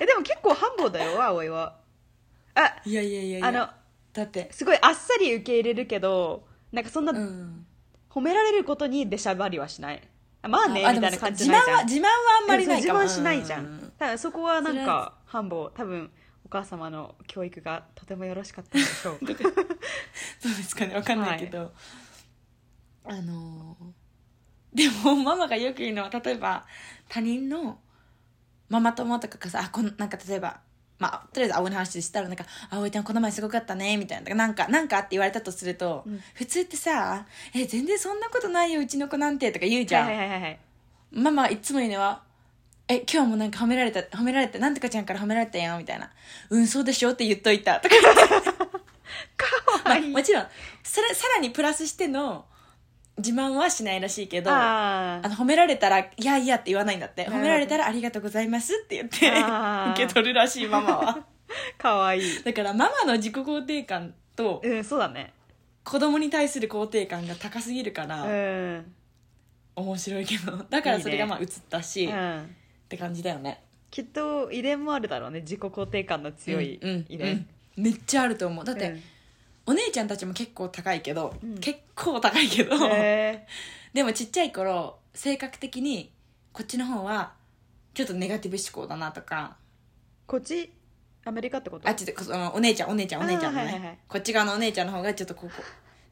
[SPEAKER 3] えでも結構繁忙だよ葵はあ
[SPEAKER 2] いやいやいやいや
[SPEAKER 3] あの
[SPEAKER 2] だって
[SPEAKER 3] すごいあっさり受け入れるけどなんかそんな
[SPEAKER 2] うん
[SPEAKER 3] 褒められることに出しゃばりはしないあまあね
[SPEAKER 2] あ
[SPEAKER 3] みた
[SPEAKER 2] でも
[SPEAKER 3] いな感じじ
[SPEAKER 2] 自慢
[SPEAKER 3] ゃないじゃん
[SPEAKER 2] は自慢はあんまりないかも
[SPEAKER 3] そう自慢しないじゃ
[SPEAKER 2] うん
[SPEAKER 3] ただそこはなん
[SPEAKER 2] それは
[SPEAKER 3] か繁忙多分お母様の教育がとてもよろしかったんでしょう
[SPEAKER 2] そうですかねわかんないけど、あのーでもママがよく言うのは例えば他人のママ友とかがさあこんなんか例えばまあ、とりあえず葵の話したらなんか「葵ちゃんこの前すごかったね」みたいななんか「なんか」って言われたとすると、
[SPEAKER 3] うん
[SPEAKER 2] 普通ってさ「え全然そんなことないようちの子なんて」とか言う じゃん、
[SPEAKER 3] はいはいはいはい
[SPEAKER 2] ママいつも言うのは「え今日もなんか褒められた褒められたなんとかちゃんから褒められたよ」みたいな「うんそうでしょ」って言っといたとか
[SPEAKER 3] かわいい、
[SPEAKER 2] もちろんそれさらにプラスしての自慢はしないらしいけどあ
[SPEAKER 3] あー
[SPEAKER 2] の褒められたら「いやいや」って言わないんだって
[SPEAKER 3] なるほ
[SPEAKER 2] 褒
[SPEAKER 3] ど
[SPEAKER 2] められたら「ありがとうございます」って言って
[SPEAKER 3] あー
[SPEAKER 2] 受け取るらしいママは
[SPEAKER 3] かわいい
[SPEAKER 2] だからママの自己肯定感と
[SPEAKER 3] うんそうだね
[SPEAKER 2] 子供に対する肯定感が高すぎるか
[SPEAKER 3] う
[SPEAKER 2] ら
[SPEAKER 3] ん、
[SPEAKER 2] 面白いけどだからそれがまあ映ったし
[SPEAKER 3] うん、
[SPEAKER 2] って感じだよね
[SPEAKER 3] きっと遺伝もあるだろうね自己肯定感の強い
[SPEAKER 2] うんうん
[SPEAKER 3] 遺伝、
[SPEAKER 2] うんめっちゃあると思うだ
[SPEAKER 3] だ
[SPEAKER 2] って、お姉ちゃんたちも結構高いけど、
[SPEAKER 3] うん
[SPEAKER 2] 結構高いけど、
[SPEAKER 3] へ
[SPEAKER 2] でもちっちゃい頃性格的にこっちの方はちょっとネガティブ思考だなとか
[SPEAKER 3] ーこっちアメリカってこと
[SPEAKER 2] あっちでそのお姉ちゃんお姉ちゃんお姉ちゃんのね、
[SPEAKER 3] あーはいはいはい
[SPEAKER 2] こっち側のお姉ちゃんの方がちょっとここ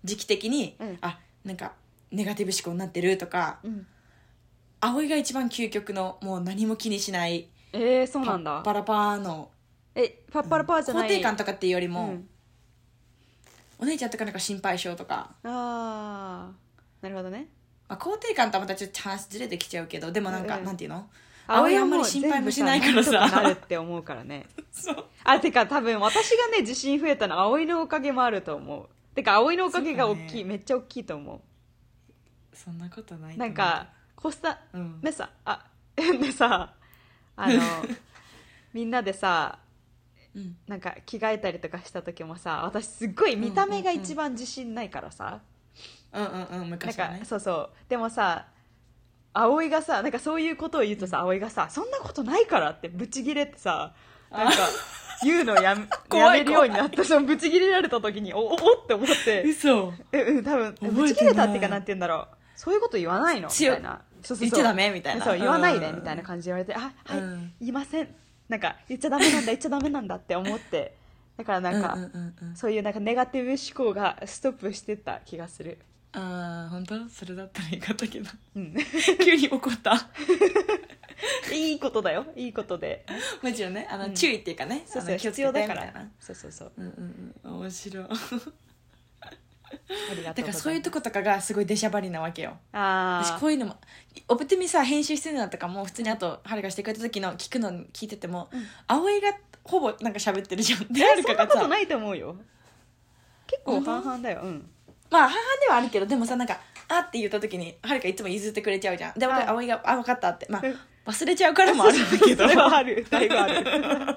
[SPEAKER 2] 時期的に、
[SPEAKER 3] うん
[SPEAKER 2] あなんかネガティブ思考になってるとか
[SPEAKER 3] うん、
[SPEAKER 2] 葵が一番究極のもう何も気にしない
[SPEAKER 3] えー、そう
[SPEAKER 2] パ
[SPEAKER 3] な
[SPEAKER 2] ッ
[SPEAKER 3] んだ
[SPEAKER 2] パラパーの
[SPEAKER 3] えパッパラパーじゃな
[SPEAKER 2] 肯
[SPEAKER 3] い
[SPEAKER 2] 定感とかっていうよりも、
[SPEAKER 3] うん
[SPEAKER 2] お姉ちゃんとかなんか心配性とか
[SPEAKER 3] あーなるほどね
[SPEAKER 2] まあ、肯定感とはまたちょっと話ずれてきちゃうけどでもなんか、
[SPEAKER 3] うん
[SPEAKER 2] なんてい うの葵はあんまり心配もしないから
[SPEAKER 3] なんとかなる
[SPEAKER 2] さ
[SPEAKER 3] って思うからね
[SPEAKER 2] そう
[SPEAKER 3] あてか多分私がね自信増えたのは葵のおかげもあると思うてか葵のおかげが大
[SPEAKER 2] そう
[SPEAKER 3] きい、
[SPEAKER 2] だね
[SPEAKER 3] めっちゃ大きいと思
[SPEAKER 2] そんなことないうと思
[SPEAKER 3] な
[SPEAKER 2] うん
[SPEAKER 3] かコスタ
[SPEAKER 2] うん
[SPEAKER 3] ねさあ ねさあ のみんなでさ
[SPEAKER 2] うん
[SPEAKER 3] なんか着替えたりとかした時もさ私すっごい見た目が一番自信ないからさ、
[SPEAKER 2] うんうんうん昔
[SPEAKER 3] な
[SPEAKER 2] は
[SPEAKER 3] ん
[SPEAKER 2] ね
[SPEAKER 3] かそうそうでもさ葵がさなんかそういうことを言うとさ葵がさ「そんなことないから」ってブチギレってさなんか言うのをやめ
[SPEAKER 2] 怖い
[SPEAKER 3] やめるようになってそのブチギレられた時におおおって思って
[SPEAKER 2] 嘘
[SPEAKER 3] えうん多分
[SPEAKER 2] えてない
[SPEAKER 3] ブチギレたっていうかなんて言うんだろうそういうこと言わないのみた
[SPEAKER 2] 強い
[SPEAKER 3] いなそうそうそう
[SPEAKER 2] 言っちゃダメみたいな
[SPEAKER 3] そう言わないで
[SPEAKER 2] うん
[SPEAKER 3] みたいな感じで言われて「あはい、
[SPEAKER 2] うん
[SPEAKER 3] 言いません」なんか言っちゃダメなんだ言っちゃダメなんだって思ってだからなんか、
[SPEAKER 2] うんうんうんうん
[SPEAKER 3] そういうなんかネガティブ思考がストップしてた気がする
[SPEAKER 2] ああ本当それだったらよかった けど
[SPEAKER 3] うん
[SPEAKER 2] 急に怒った
[SPEAKER 3] いいことだよいいことで
[SPEAKER 2] もちろんねあの、
[SPEAKER 3] うん
[SPEAKER 2] 注意っていうかね
[SPEAKER 3] そう
[SPEAKER 2] あ
[SPEAKER 3] そう
[SPEAKER 2] の気をつ
[SPEAKER 3] 必
[SPEAKER 2] けて
[SPEAKER 3] 要だか
[SPEAKER 2] みたい
[SPEAKER 3] ら
[SPEAKER 2] な
[SPEAKER 3] そうそうそう
[SPEAKER 2] うんうんうん面白い
[SPEAKER 3] ありがと
[SPEAKER 2] だ
[SPEAKER 3] うござい
[SPEAKER 2] か
[SPEAKER 3] ま
[SPEAKER 2] ら
[SPEAKER 3] す
[SPEAKER 2] そういうとことかがすごい出しゃばりなわけよ私
[SPEAKER 3] あ
[SPEAKER 2] こういうのもオプティミさ編集してるのとかも普通にあと春がしてくれた時の聞くの聞いてても、葵がほぼなんか喋ってるじゃんで
[SPEAKER 3] あ
[SPEAKER 2] は
[SPEAKER 3] そ
[SPEAKER 2] るか
[SPEAKER 3] んな
[SPEAKER 2] が
[SPEAKER 3] こと
[SPEAKER 2] さ
[SPEAKER 3] ないと思うよ結構
[SPEAKER 2] 本当
[SPEAKER 3] 半々だようん
[SPEAKER 2] まあ半々ではあるけどでもさなんか「あ」って言った時にはるかいつも譲ってくれちゃうじゃんで
[SPEAKER 3] はい
[SPEAKER 2] 私葵が「あ分かった」ってま
[SPEAKER 3] うん
[SPEAKER 2] あ忘れちゃうからもあるんだけ ど
[SPEAKER 3] それはあるだいぶあ る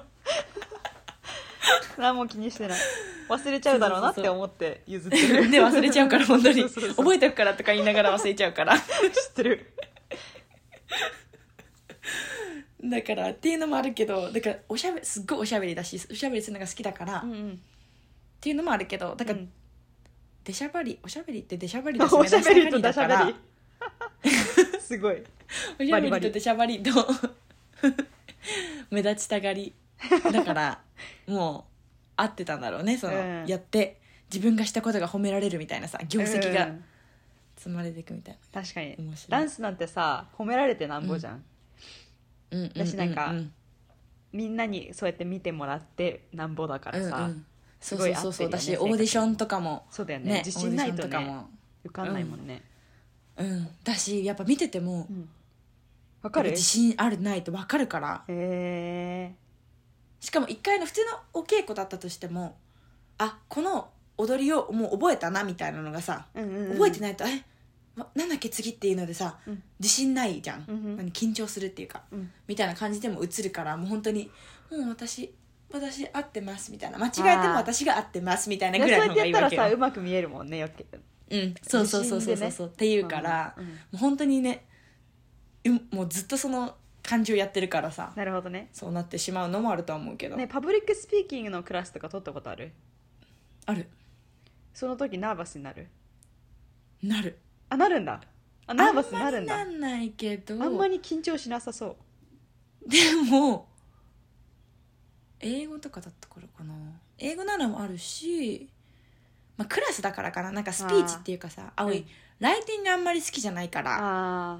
[SPEAKER 3] 何も気にしてない忘れちゃうだろうなって思って譲ってる
[SPEAKER 2] で忘れちゃうから本当に
[SPEAKER 3] そうそうそう
[SPEAKER 2] 覚えておくからとか言いながら忘れちゃうから
[SPEAKER 3] 知ってる
[SPEAKER 2] だからっていうのもあるけどだからおしゃべすっごいおしゃべりだしおしゃべりするのが好きだから、
[SPEAKER 3] う
[SPEAKER 2] っ
[SPEAKER 3] ん
[SPEAKER 2] ていうのもあるけどだ
[SPEAKER 3] う
[SPEAKER 2] から
[SPEAKER 3] ん
[SPEAKER 2] 出しゃばりおしゃべりって出しゃばりだし
[SPEAKER 3] おしゃべりとダシ
[SPEAKER 2] か
[SPEAKER 3] ャ
[SPEAKER 2] ら
[SPEAKER 3] ベリすごい
[SPEAKER 2] おしゃべりと出しゃばりと目立ちたがりだからもう合ってたんだろうねその、
[SPEAKER 3] うん
[SPEAKER 2] やって自分がしたことが褒められるみたいなさ 業績
[SPEAKER 3] う
[SPEAKER 2] が
[SPEAKER 3] ん
[SPEAKER 2] 積まれていくみたい
[SPEAKER 3] 確かに
[SPEAKER 2] 面白い
[SPEAKER 3] ダンスなんてさ褒められてなんぼじゃん
[SPEAKER 2] な、うんううう
[SPEAKER 3] 私なんかみんなにそうやって見てもらってなんぼだからさ、
[SPEAKER 2] うんうんそう
[SPEAKER 3] ご
[SPEAKER 2] そ
[SPEAKER 3] いう
[SPEAKER 2] そうそう
[SPEAKER 3] 合ってるよね生活に
[SPEAKER 2] だし、オーディションとかも
[SPEAKER 3] そうだよね
[SPEAKER 2] ね
[SPEAKER 3] 自信ないと
[SPEAKER 2] オーディションか
[SPEAKER 3] ね
[SPEAKER 2] も
[SPEAKER 3] 受かんないもんね
[SPEAKER 2] うんだしやっぱ見てても
[SPEAKER 3] わ、、うん、
[SPEAKER 2] や
[SPEAKER 3] か
[SPEAKER 2] っぱ
[SPEAKER 3] る
[SPEAKER 2] 自信あるないと分かるから
[SPEAKER 3] へ
[SPEAKER 2] しかも一回の普通のお稽古だったとしてもあこの踊りをもう覚えたなみたいなのがさ
[SPEAKER 3] え、うんうんうん、
[SPEAKER 2] 覚えて
[SPEAKER 3] ない
[SPEAKER 2] ないと「えまなんだっけ次」っていうのでさ、
[SPEAKER 3] うん
[SPEAKER 2] 自信ないじゃん、
[SPEAKER 3] うんうん
[SPEAKER 2] 何緊張するっていうか、
[SPEAKER 3] うん
[SPEAKER 2] みたいな感じでも映るからもう本当に「もう私私合ってます」みたいな間違えても
[SPEAKER 3] あー
[SPEAKER 2] 私が合ってますみたいな
[SPEAKER 3] そ
[SPEAKER 2] ぐ
[SPEAKER 3] う
[SPEAKER 2] らい
[SPEAKER 3] や
[SPEAKER 2] の
[SPEAKER 3] っ
[SPEAKER 2] 方が
[SPEAKER 3] て
[SPEAKER 2] いい
[SPEAKER 3] や
[SPEAKER 2] わ
[SPEAKER 3] っ
[SPEAKER 2] け
[SPEAKER 3] た
[SPEAKER 2] よ
[SPEAKER 3] らさうまく見えるもんねよけ
[SPEAKER 2] うん、そうそうそうそうそうそう、っていうから、
[SPEAKER 3] うんうん
[SPEAKER 2] もう本当にねうんもうずっとその感じをやってるからさ
[SPEAKER 3] なるほどね
[SPEAKER 2] そうなってしまうのもあるとは思うけど、
[SPEAKER 3] ねパブリックスピーキングのクラスとか取ったことある
[SPEAKER 2] ある
[SPEAKER 3] その時ナーバスになる
[SPEAKER 2] なる
[SPEAKER 3] あなるんだあナーバスになるんだ
[SPEAKER 2] あんまりなんないけど
[SPEAKER 3] あんまり緊張しなさそう
[SPEAKER 2] でも英語とかだったからかな英語なのもあるし、まあ、クラスだからかななんかスピーチっていうかさ葵、
[SPEAKER 3] うん
[SPEAKER 2] ライティングあんまり好きじゃないから
[SPEAKER 3] あ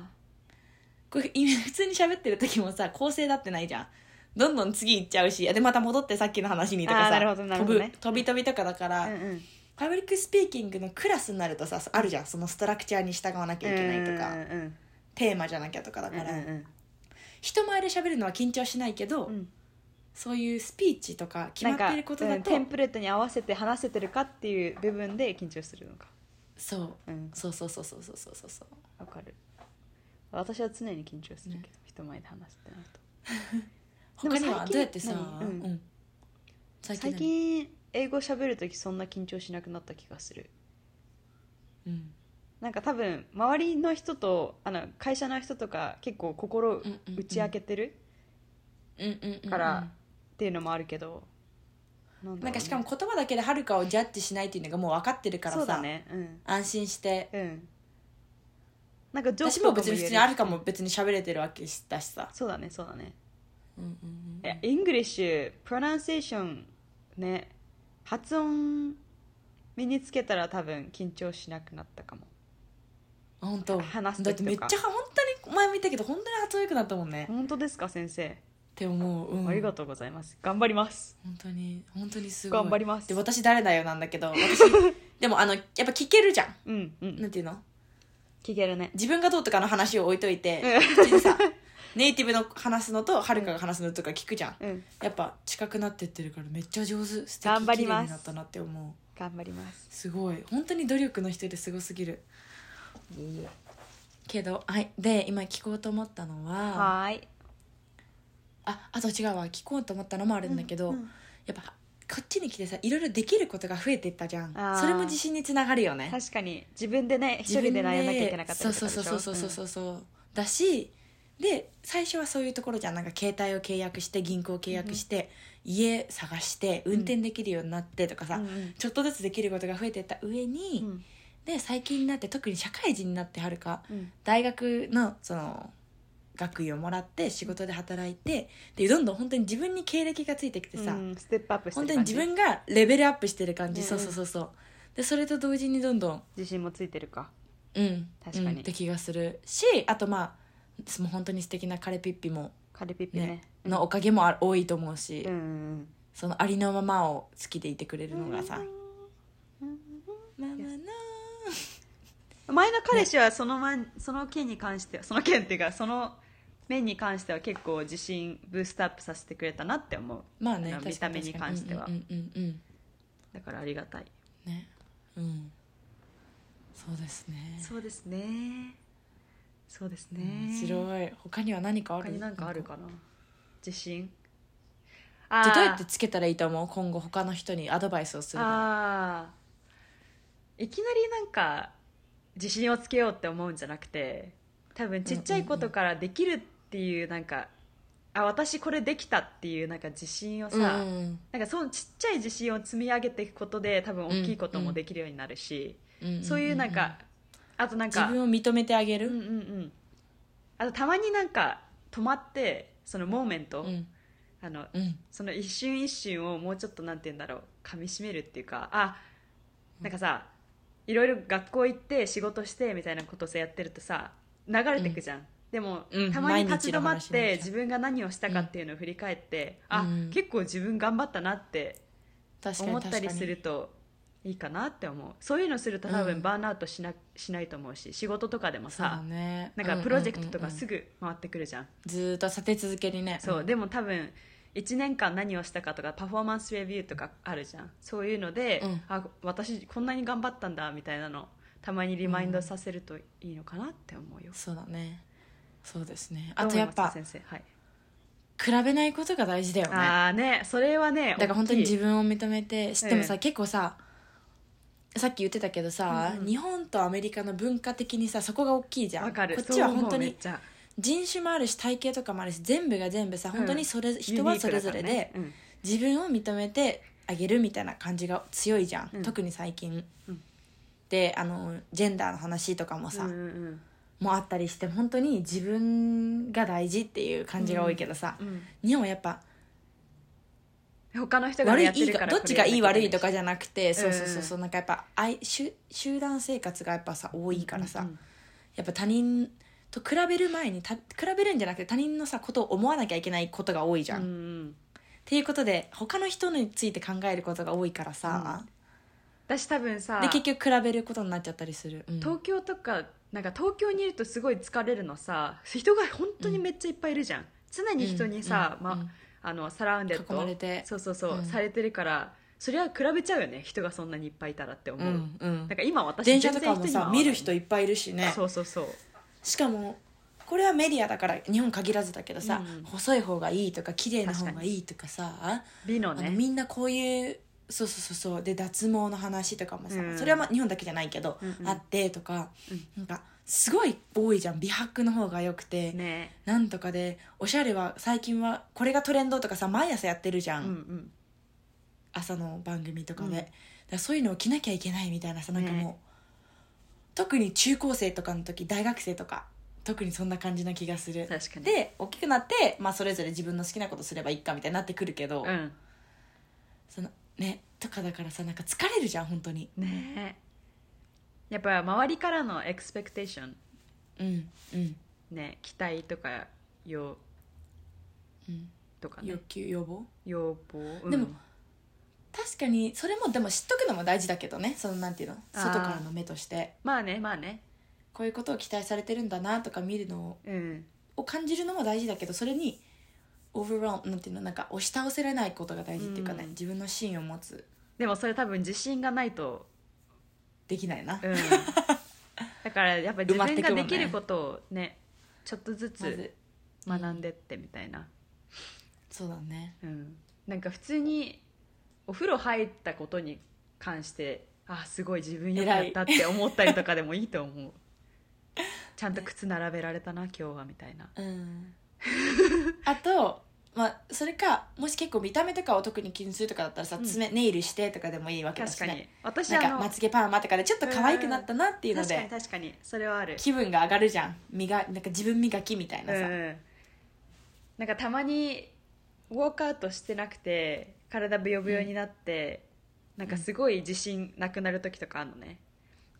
[SPEAKER 2] これ今普通に喋ってる時もさ構成だってないじゃんどんどん次行っちゃうしでまた戻ってさっきの話にとか
[SPEAKER 3] あー
[SPEAKER 2] さ
[SPEAKER 3] なるほどなるほどね
[SPEAKER 2] 飛ぶ飛び飛びとかだから、
[SPEAKER 3] うんうん
[SPEAKER 2] パブリックスピーキングのクラスになるとさあるじゃんそのストラクチャーに従わなきゃいけないとか、
[SPEAKER 3] うんうん
[SPEAKER 2] テーマじゃなきゃとかだ
[SPEAKER 3] うん
[SPEAKER 2] から、
[SPEAKER 3] うん
[SPEAKER 2] 人前で喋るのは緊張しないけど、
[SPEAKER 3] うんうん
[SPEAKER 2] そういうスピーチとか決
[SPEAKER 3] な
[SPEAKER 2] ま
[SPEAKER 3] ん
[SPEAKER 2] っ
[SPEAKER 3] か
[SPEAKER 2] てることだ
[SPEAKER 3] うん
[SPEAKER 2] と、
[SPEAKER 3] テンプレートに合わせて話せてるかっていう部分で緊張するのか
[SPEAKER 2] そう
[SPEAKER 3] うん
[SPEAKER 2] そうそうそうそうそうそうそうそ
[SPEAKER 3] わ
[SPEAKER 2] う
[SPEAKER 3] かる私は常に緊張するけど、人前で話すってなるとでも
[SPEAKER 2] 他に
[SPEAKER 3] 最
[SPEAKER 2] はど
[SPEAKER 3] 近
[SPEAKER 2] うやってさ、
[SPEAKER 3] 何うん
[SPEAKER 2] うん最近
[SPEAKER 3] 最
[SPEAKER 2] 何
[SPEAKER 3] 近英語喋るときそんな緊張しなくなった気がする
[SPEAKER 2] うん
[SPEAKER 3] なんか多分周りの人とあの会社の人とか結構心
[SPEAKER 2] うんうんうん
[SPEAKER 3] 打ち明けてる
[SPEAKER 2] うんうんうんうん
[SPEAKER 3] からっていうのもあるけど、だろうね
[SPEAKER 2] なんかしかも言葉だけではるかをジャッジしないっていうのがもう分かってるから
[SPEAKER 3] そう
[SPEAKER 2] さ、
[SPEAKER 3] だねうん
[SPEAKER 2] 安心して
[SPEAKER 3] うんなんかジョーク
[SPEAKER 2] 私
[SPEAKER 3] とか
[SPEAKER 2] も
[SPEAKER 3] も
[SPEAKER 2] 別
[SPEAKER 3] 言
[SPEAKER 2] に
[SPEAKER 3] え
[SPEAKER 2] 普
[SPEAKER 3] る
[SPEAKER 2] 通にあるかも別に喋れてるわけだしさ、
[SPEAKER 3] そうだねそうだね
[SPEAKER 2] うんうんうん、
[SPEAKER 3] えイングリッシュプロナンセーションね発音身につけたら多分緊張しなくなったかも
[SPEAKER 2] あ本当
[SPEAKER 3] 話す
[SPEAKER 2] だ
[SPEAKER 3] 時
[SPEAKER 2] って
[SPEAKER 3] とか
[SPEAKER 2] めっちゃ本当に前見たけど本当に発音良くなったもんねっ
[SPEAKER 3] 本当ですか先生、
[SPEAKER 2] て思う、うん、
[SPEAKER 3] ありがとうございます頑張ります
[SPEAKER 2] 本当に本当にすごい
[SPEAKER 3] 頑張ります
[SPEAKER 2] で私誰だよなんだけど私でもあのやっぱ聞けるじゃん
[SPEAKER 3] うんうん
[SPEAKER 2] なんていうの
[SPEAKER 3] 聞けるね
[SPEAKER 2] 自分がどうとかの話を置いといて
[SPEAKER 3] う
[SPEAKER 2] 普通にさネイティブの話すのとはるかが話すのとか聞くじゃん
[SPEAKER 3] うん
[SPEAKER 2] やっぱ近くなってってるからめっちゃ上手素敵
[SPEAKER 3] 頑張ります
[SPEAKER 2] 綺麗になったなって思う
[SPEAKER 3] 頑張ります
[SPEAKER 2] すごい本当に努力の人ですごすぎるけどはいで今聞こうと思ったのは
[SPEAKER 3] はーい
[SPEAKER 2] ああと違うわ聞こうと思ったのもあるんだけど、
[SPEAKER 3] うん
[SPEAKER 2] やっぱこっちに来てさいろいろできることが増えていったじゃん
[SPEAKER 3] あー
[SPEAKER 2] それも自信につながるよね
[SPEAKER 3] 確かに自分でね一人で悩んなきゃいけなかった
[SPEAKER 2] そう
[SPEAKER 3] りと
[SPEAKER 2] そ
[SPEAKER 3] か
[SPEAKER 2] う
[SPEAKER 3] でし
[SPEAKER 2] そ
[SPEAKER 3] ょ
[SPEAKER 2] うそうそうそうそう、だしで最初はそういうところじゃんなんか携帯を契約して銀行を契約して、家探して運転できるようになってとかさ、
[SPEAKER 3] うんうん
[SPEAKER 2] ちょっとずつできることが増えてった上に、
[SPEAKER 3] うん
[SPEAKER 2] で最近になって特に社会人になってはるか
[SPEAKER 3] うん
[SPEAKER 2] 大学のその学位をもらって仕事で働いてでどんどん本当に自分に経歴がついてきてさ、
[SPEAKER 3] うんステップアップして
[SPEAKER 2] 本
[SPEAKER 3] る
[SPEAKER 2] 当に
[SPEAKER 3] 感
[SPEAKER 2] 自
[SPEAKER 3] じ
[SPEAKER 2] 分がレベルアップしてる感じ、
[SPEAKER 3] うん
[SPEAKER 2] そうそうそうそうでそれと同時にどんどん
[SPEAKER 3] 自信もついてるか
[SPEAKER 2] うん
[SPEAKER 3] 確かに
[SPEAKER 2] うんって気がするしあとまあすもう本当に素敵なカレピッピも、
[SPEAKER 3] カルピッピね
[SPEAKER 2] ねのおかげもあ多いと思うし、
[SPEAKER 3] うんうん
[SPEAKER 2] そのありのままを好きでいてくれ
[SPEAKER 3] う
[SPEAKER 2] る
[SPEAKER 3] ん
[SPEAKER 2] のがさ、
[SPEAKER 3] うん
[SPEAKER 2] まあまあな
[SPEAKER 3] 前の彼氏はその前、その件に関してはその件っていうかその面に関しては結構自信ブーストアップさせてくれたなって思う
[SPEAKER 2] まあね
[SPEAKER 3] あの
[SPEAKER 2] 確か
[SPEAKER 3] 見た目に
[SPEAKER 2] 確か
[SPEAKER 3] 関しては
[SPEAKER 2] うんうんうん、うん
[SPEAKER 3] だからありがたい
[SPEAKER 2] ねうんそうですね
[SPEAKER 3] そうですねそうですね
[SPEAKER 2] 面白い他には何かある
[SPEAKER 3] 他に何かあるかな自信
[SPEAKER 2] じゃあどう
[SPEAKER 3] ー
[SPEAKER 2] やってつけたらいいと思う今後他の人にアドバイスをするの
[SPEAKER 3] あーいきなりなんか自信をつけようって思うんじゃなくて多分ちっちゃいことからできるっていうなんか、あ私これできたっていうなんか自信をさ、
[SPEAKER 2] うんうん
[SPEAKER 3] なんかそのちっちゃい自信を積み上げていくことで多分大きいこともできるようになるし、
[SPEAKER 2] うんんん
[SPEAKER 3] そういうなんか、あとなんか
[SPEAKER 2] 自分を認めてあ
[SPEAKER 3] う
[SPEAKER 2] げ
[SPEAKER 3] ん
[SPEAKER 2] る、
[SPEAKER 3] うんうんあとたまになんか止まってそのモーメント、
[SPEAKER 2] うん
[SPEAKER 3] あの
[SPEAKER 2] うん
[SPEAKER 3] その一瞬一瞬をもうちょっとなんて言うんだろう噛みしめるっていうかあなんかさいろいろ学校行って仕事してみたいなことさやってるとさ流れてくじゃん、でも、
[SPEAKER 2] うん
[SPEAKER 3] たまに立ち止ま
[SPEAKER 2] 毎
[SPEAKER 3] っ
[SPEAKER 2] 日の話にな
[SPEAKER 3] て
[SPEAKER 2] っちゃう
[SPEAKER 3] 自分が何をしたかっていうのを振り返って、
[SPEAKER 2] うん
[SPEAKER 3] あ、
[SPEAKER 2] うん
[SPEAKER 3] 結構自分頑張ったなって
[SPEAKER 2] 確かに
[SPEAKER 3] 思ったり
[SPEAKER 2] 確かに
[SPEAKER 3] するといいかなって思うそういうのすると多
[SPEAKER 2] うん
[SPEAKER 3] 分バーンアウトしな,、しないと思うし仕事とかでも
[SPEAKER 2] そうだ
[SPEAKER 3] さ、
[SPEAKER 2] ね
[SPEAKER 3] なんかプロジェクトとかす
[SPEAKER 2] ぐ
[SPEAKER 3] ぐ回ってくるじゃん,、
[SPEAKER 2] ずーっと立て続けにね
[SPEAKER 3] そうでも多分1年間何をしたかとかパフォーマンスレビューとかあるじゃんそういうので、
[SPEAKER 2] うん
[SPEAKER 3] あ私こんなに頑張ったんだみたいなのたまにリマインドさせるといいのかなって思うよ、
[SPEAKER 2] そうだねそうですね
[SPEAKER 3] ど
[SPEAKER 2] あ
[SPEAKER 3] う
[SPEAKER 2] と
[SPEAKER 3] 思い
[SPEAKER 2] や
[SPEAKER 3] ま
[SPEAKER 2] っ
[SPEAKER 3] すか
[SPEAKER 2] ぱ
[SPEAKER 3] 先生、はい
[SPEAKER 2] 比べないことが大事だよね
[SPEAKER 3] ああねそれはね
[SPEAKER 2] だから本当に自
[SPEAKER 3] 分
[SPEAKER 2] 分を認めてしでもさ、
[SPEAKER 3] ええ
[SPEAKER 2] 結構ささっき言ってたけどさ、
[SPEAKER 3] うんうん
[SPEAKER 2] 日本とアメリカの文化的にさそこが大きいじゃん
[SPEAKER 3] わかる
[SPEAKER 2] こっちは
[SPEAKER 3] そう思う
[SPEAKER 2] 本当
[SPEAKER 3] めっ
[SPEAKER 2] に
[SPEAKER 3] ちゃ
[SPEAKER 2] 人種もあるし体型とかもあるし全部が全部さ本当にそれ、人はそれぞれで、
[SPEAKER 3] ユニークだからね
[SPEAKER 2] 自分を認めてあげるみたいな感じが強いじゃん、
[SPEAKER 3] うん
[SPEAKER 2] 特に最近、
[SPEAKER 3] うん
[SPEAKER 2] であのジェンダーの話とかも
[SPEAKER 3] うん
[SPEAKER 2] さ、
[SPEAKER 3] うんうん
[SPEAKER 2] もあったりして本当に自分が大事っていう感じが多いけどさ、
[SPEAKER 3] うん
[SPEAKER 2] 日本はやっぱ
[SPEAKER 3] 他の人が
[SPEAKER 2] 悪
[SPEAKER 3] ね
[SPEAKER 2] い
[SPEAKER 3] やっ
[SPEAKER 2] い
[SPEAKER 3] て
[SPEAKER 2] い
[SPEAKER 3] るか
[SPEAKER 2] からどっちがいい
[SPEAKER 3] これ
[SPEAKER 2] 悪
[SPEAKER 3] や
[SPEAKER 2] い
[SPEAKER 3] んな
[SPEAKER 2] と
[SPEAKER 3] きゃ
[SPEAKER 2] かじゃなくて、そうそう
[SPEAKER 3] うんう
[SPEAKER 2] そ
[SPEAKER 3] ん
[SPEAKER 2] うそうなんかやっぱあい集集団生活がやっぱさ多いからさ、
[SPEAKER 3] うんうん
[SPEAKER 2] やっぱ他人と比べる前にた比べるんじゃなくて他人のさことを思わなきゃいけないことが多いじゃん。
[SPEAKER 3] う
[SPEAKER 2] っ
[SPEAKER 3] ん
[SPEAKER 2] ていうことで他の人について考えることが多いからさ、
[SPEAKER 3] 私多分さ
[SPEAKER 2] で結局比べることになっちゃったりする。うん
[SPEAKER 3] 東京とかなんか東京にいるとすごい疲れるのさ人が本当にめっちゃいっぱいいるじゃん、常に人にさ、
[SPEAKER 2] うん
[SPEAKER 3] ま
[SPEAKER 2] うん
[SPEAKER 3] あのサラウンデッド
[SPEAKER 2] 囲まれて
[SPEAKER 3] そうそうそう、
[SPEAKER 2] うん
[SPEAKER 3] されてるからそれは比べちゃうよね人がそんなにいっぱいいたらって思う、
[SPEAKER 2] うんうん
[SPEAKER 3] なんか今私
[SPEAKER 2] 電車とかも
[SPEAKER 3] 全然
[SPEAKER 2] さ
[SPEAKER 3] 人に会わない
[SPEAKER 2] 見る人いっぱいいるしね
[SPEAKER 3] そうそうそう
[SPEAKER 2] しかもこれはメディアだから日本限らずだけどさ、
[SPEAKER 3] うん
[SPEAKER 2] 細い方がいいとか綺麗な方
[SPEAKER 3] 確
[SPEAKER 2] が
[SPEAKER 3] かに
[SPEAKER 2] いいとかさ
[SPEAKER 3] 美の
[SPEAKER 2] あの
[SPEAKER 3] ね
[SPEAKER 2] みんなこういうそうそうそうそうで脱毛の話とかもさ、
[SPEAKER 3] うん
[SPEAKER 2] それはまあ日本だけじゃないけど、
[SPEAKER 3] うんうん
[SPEAKER 2] あってとか、
[SPEAKER 3] うん
[SPEAKER 2] なんかすごい多いじゃん美白の方が良くて、
[SPEAKER 3] ね
[SPEAKER 2] なんとかでおしゃれは最近はこれがトレンドとかさ毎朝やってるじゃ、
[SPEAKER 3] うんん
[SPEAKER 2] 朝の番組とかで、
[SPEAKER 3] うん
[SPEAKER 2] だからそういうのを着なきゃいけないみたいなさなんかもう、
[SPEAKER 3] ね
[SPEAKER 2] 特に中高生とかの時大学生とか特にそんな感じな気がす
[SPEAKER 3] うん
[SPEAKER 2] る
[SPEAKER 3] 確かに
[SPEAKER 2] で大きくなって、まあ、それぞれ自分の好きなことすればいいかみたいになってくるけど、
[SPEAKER 3] うん
[SPEAKER 2] そのねとかだからさなんか疲れるじゃん本当に
[SPEAKER 3] ねやっぱ周りからのエクスペクテーション
[SPEAKER 2] うんうん、
[SPEAKER 3] ね期待とか要
[SPEAKER 2] うん、
[SPEAKER 3] とかね
[SPEAKER 2] 欲求要望
[SPEAKER 3] 要望、うん
[SPEAKER 2] でも確かにそれもでも知っとくのも大事だけどねそのなんていうの
[SPEAKER 3] あー
[SPEAKER 2] 外からの目として
[SPEAKER 3] まあねまあね
[SPEAKER 2] こういうことを期待されてるんだなとか見るの
[SPEAKER 3] うん
[SPEAKER 2] を感じるのも大事だけどそれにオーバーランなんていうのなんか押し倒せられないことが大事っていうかね、
[SPEAKER 3] うん
[SPEAKER 2] 自分の芯を持つ
[SPEAKER 3] でもそれ多分自信がないと、
[SPEAKER 2] できないな、
[SPEAKER 3] うん、だからやっぱり自分ができることをねちょっとず
[SPEAKER 2] ま
[SPEAKER 3] つ
[SPEAKER 2] ず
[SPEAKER 3] 学んでってみたいな、
[SPEAKER 2] そうだね
[SPEAKER 3] うん、なんか普通にお風呂入ったことに関してあすごい自分よかったって思ったりとかでもいいと思うちゃんと靴並べられたな今日はみたいな
[SPEAKER 2] うん あとまあそれかもし結構見た目とかを特に気にするとかだったらさ、
[SPEAKER 3] うん
[SPEAKER 2] 爪ネイルしてとかでもいいわけだ
[SPEAKER 3] 確
[SPEAKER 2] し
[SPEAKER 3] か
[SPEAKER 2] ね
[SPEAKER 3] に私
[SPEAKER 2] なん
[SPEAKER 3] あ
[SPEAKER 2] か
[SPEAKER 3] の
[SPEAKER 2] まつげパーマとかでちょっと可愛くなったなっていうの
[SPEAKER 3] 確かに
[SPEAKER 2] で
[SPEAKER 3] 確かにそれはある
[SPEAKER 2] 気分が上がるじゃん磨なんか自分磨きみたいなさ、
[SPEAKER 3] うん、なんかたまにウォークアウトしてなくて体ブヨブヨになって、なんかすごい自信なくなる時とかあるのね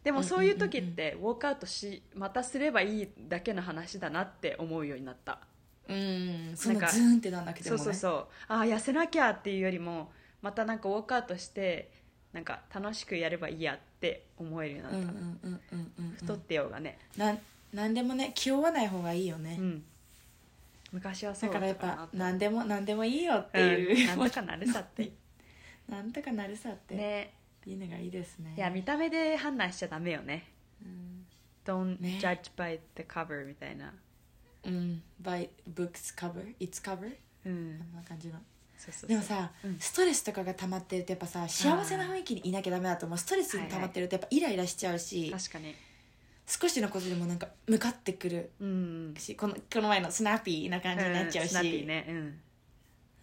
[SPEAKER 3] でもそういう時ってウォークアウトしまたすればいいだけの話だなって思うようになった、
[SPEAKER 2] うんそん
[SPEAKER 3] な
[SPEAKER 2] なん
[SPEAKER 3] か
[SPEAKER 2] ズーンってなんだけど
[SPEAKER 3] そう
[SPEAKER 2] もね
[SPEAKER 3] そうそうああ痩せなきゃっていうよりもまたなんかウォークアウトしてなんか楽しくやればいいやって思えるように
[SPEAKER 2] うん
[SPEAKER 3] な
[SPEAKER 2] う
[SPEAKER 3] っ
[SPEAKER 2] ん
[SPEAKER 3] た、
[SPEAKER 2] うんうんうんうん
[SPEAKER 3] 太ってようがね、
[SPEAKER 2] なんなんでもね気負わない方がいいよね、
[SPEAKER 3] うん昔はそ
[SPEAKER 2] だ
[SPEAKER 3] う
[SPEAKER 2] か
[SPEAKER 3] だ
[SPEAKER 2] らや
[SPEAKER 3] っ
[SPEAKER 2] った
[SPEAKER 3] かな
[SPEAKER 2] ぱ
[SPEAKER 3] って
[SPEAKER 2] 何でも何でもいいよって
[SPEAKER 3] うん
[SPEAKER 2] いう、
[SPEAKER 3] なんとかなるさって
[SPEAKER 2] なんとかなるさって、
[SPEAKER 3] ね
[SPEAKER 2] いいのがいいですね
[SPEAKER 3] いや見た目で判断しちゃダメよね
[SPEAKER 2] うん、
[SPEAKER 3] Don't
[SPEAKER 2] ね
[SPEAKER 3] judge by the cover みたいな
[SPEAKER 2] うん、by books cover it's cover
[SPEAKER 3] うん
[SPEAKER 2] こんな感じの
[SPEAKER 3] そうそうそう
[SPEAKER 2] でもさ、
[SPEAKER 3] うん
[SPEAKER 2] ストレスとかが溜まってるとやっぱさ幸せな雰囲気にいなきゃダメだと思うストレスに溜まってるとやっぱイライラしちゃうし、
[SPEAKER 3] 確かに
[SPEAKER 2] 少しのことでもなんか向かってくる
[SPEAKER 3] うん
[SPEAKER 2] しこのこの前のスナッピーな感じになっちゃうし、
[SPEAKER 3] スナッピーねうん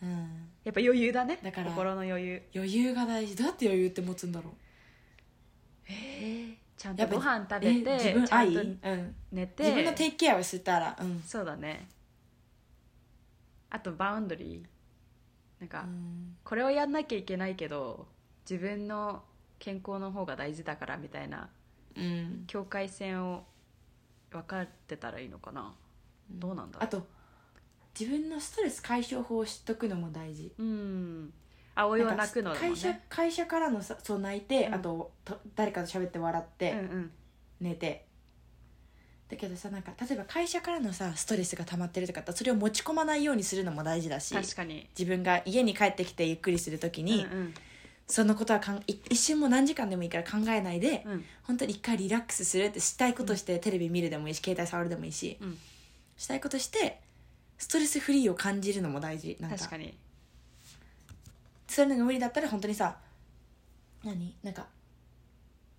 [SPEAKER 2] うん、
[SPEAKER 3] やっぱ余裕だね
[SPEAKER 2] だから
[SPEAKER 3] 心の余裕
[SPEAKER 2] 余裕が大事どうやって余裕って持つんだろう
[SPEAKER 3] ちゃん
[SPEAKER 2] や
[SPEAKER 3] と
[SPEAKER 2] っぱ
[SPEAKER 3] ご飯食べ
[SPEAKER 2] え
[SPEAKER 3] て
[SPEAKER 2] 自分
[SPEAKER 3] ちゃん
[SPEAKER 2] 愛、
[SPEAKER 3] と
[SPEAKER 2] うん、
[SPEAKER 3] 寝て
[SPEAKER 2] 自分のテイクケアをしたら、うん
[SPEAKER 3] そうだねあとバウンドリーなんか、
[SPEAKER 2] うん
[SPEAKER 3] これをやんなきゃいけないけど自分の健康の方が大事だからみたいな
[SPEAKER 2] うん、
[SPEAKER 3] 境界線を分かってたらいいのかなどうなんだろう
[SPEAKER 2] あと自分のストレス解消法を知っとくのも大事
[SPEAKER 3] うん葵は泣くの
[SPEAKER 2] な
[SPEAKER 3] だ
[SPEAKER 2] ん
[SPEAKER 3] もん
[SPEAKER 2] か会社
[SPEAKER 3] ね
[SPEAKER 2] 会社からのさそう泣いて、
[SPEAKER 3] うん
[SPEAKER 2] あとと誰かと喋って笑って、
[SPEAKER 3] うんうん
[SPEAKER 2] 寝てだけどさなんか例えば会社からのさストレスが溜まってるとかだったらそれを持ち込まないようにするのも大事だし
[SPEAKER 3] 確かに
[SPEAKER 2] 自分が家に帰ってきてゆっくりするときに、
[SPEAKER 3] うんうん
[SPEAKER 2] そのことはかんい一瞬も何時間でもいいから考えないで、
[SPEAKER 3] うん
[SPEAKER 2] 本当に一回リラックスするってしたいことして、テレビ見るでもいいし携帯触るでもいいし
[SPEAKER 3] うん
[SPEAKER 2] したいことしてストレスフリーを感じるのも大事なんか
[SPEAKER 3] 確かに
[SPEAKER 2] そういうのが無理だったら本当にさ何なんか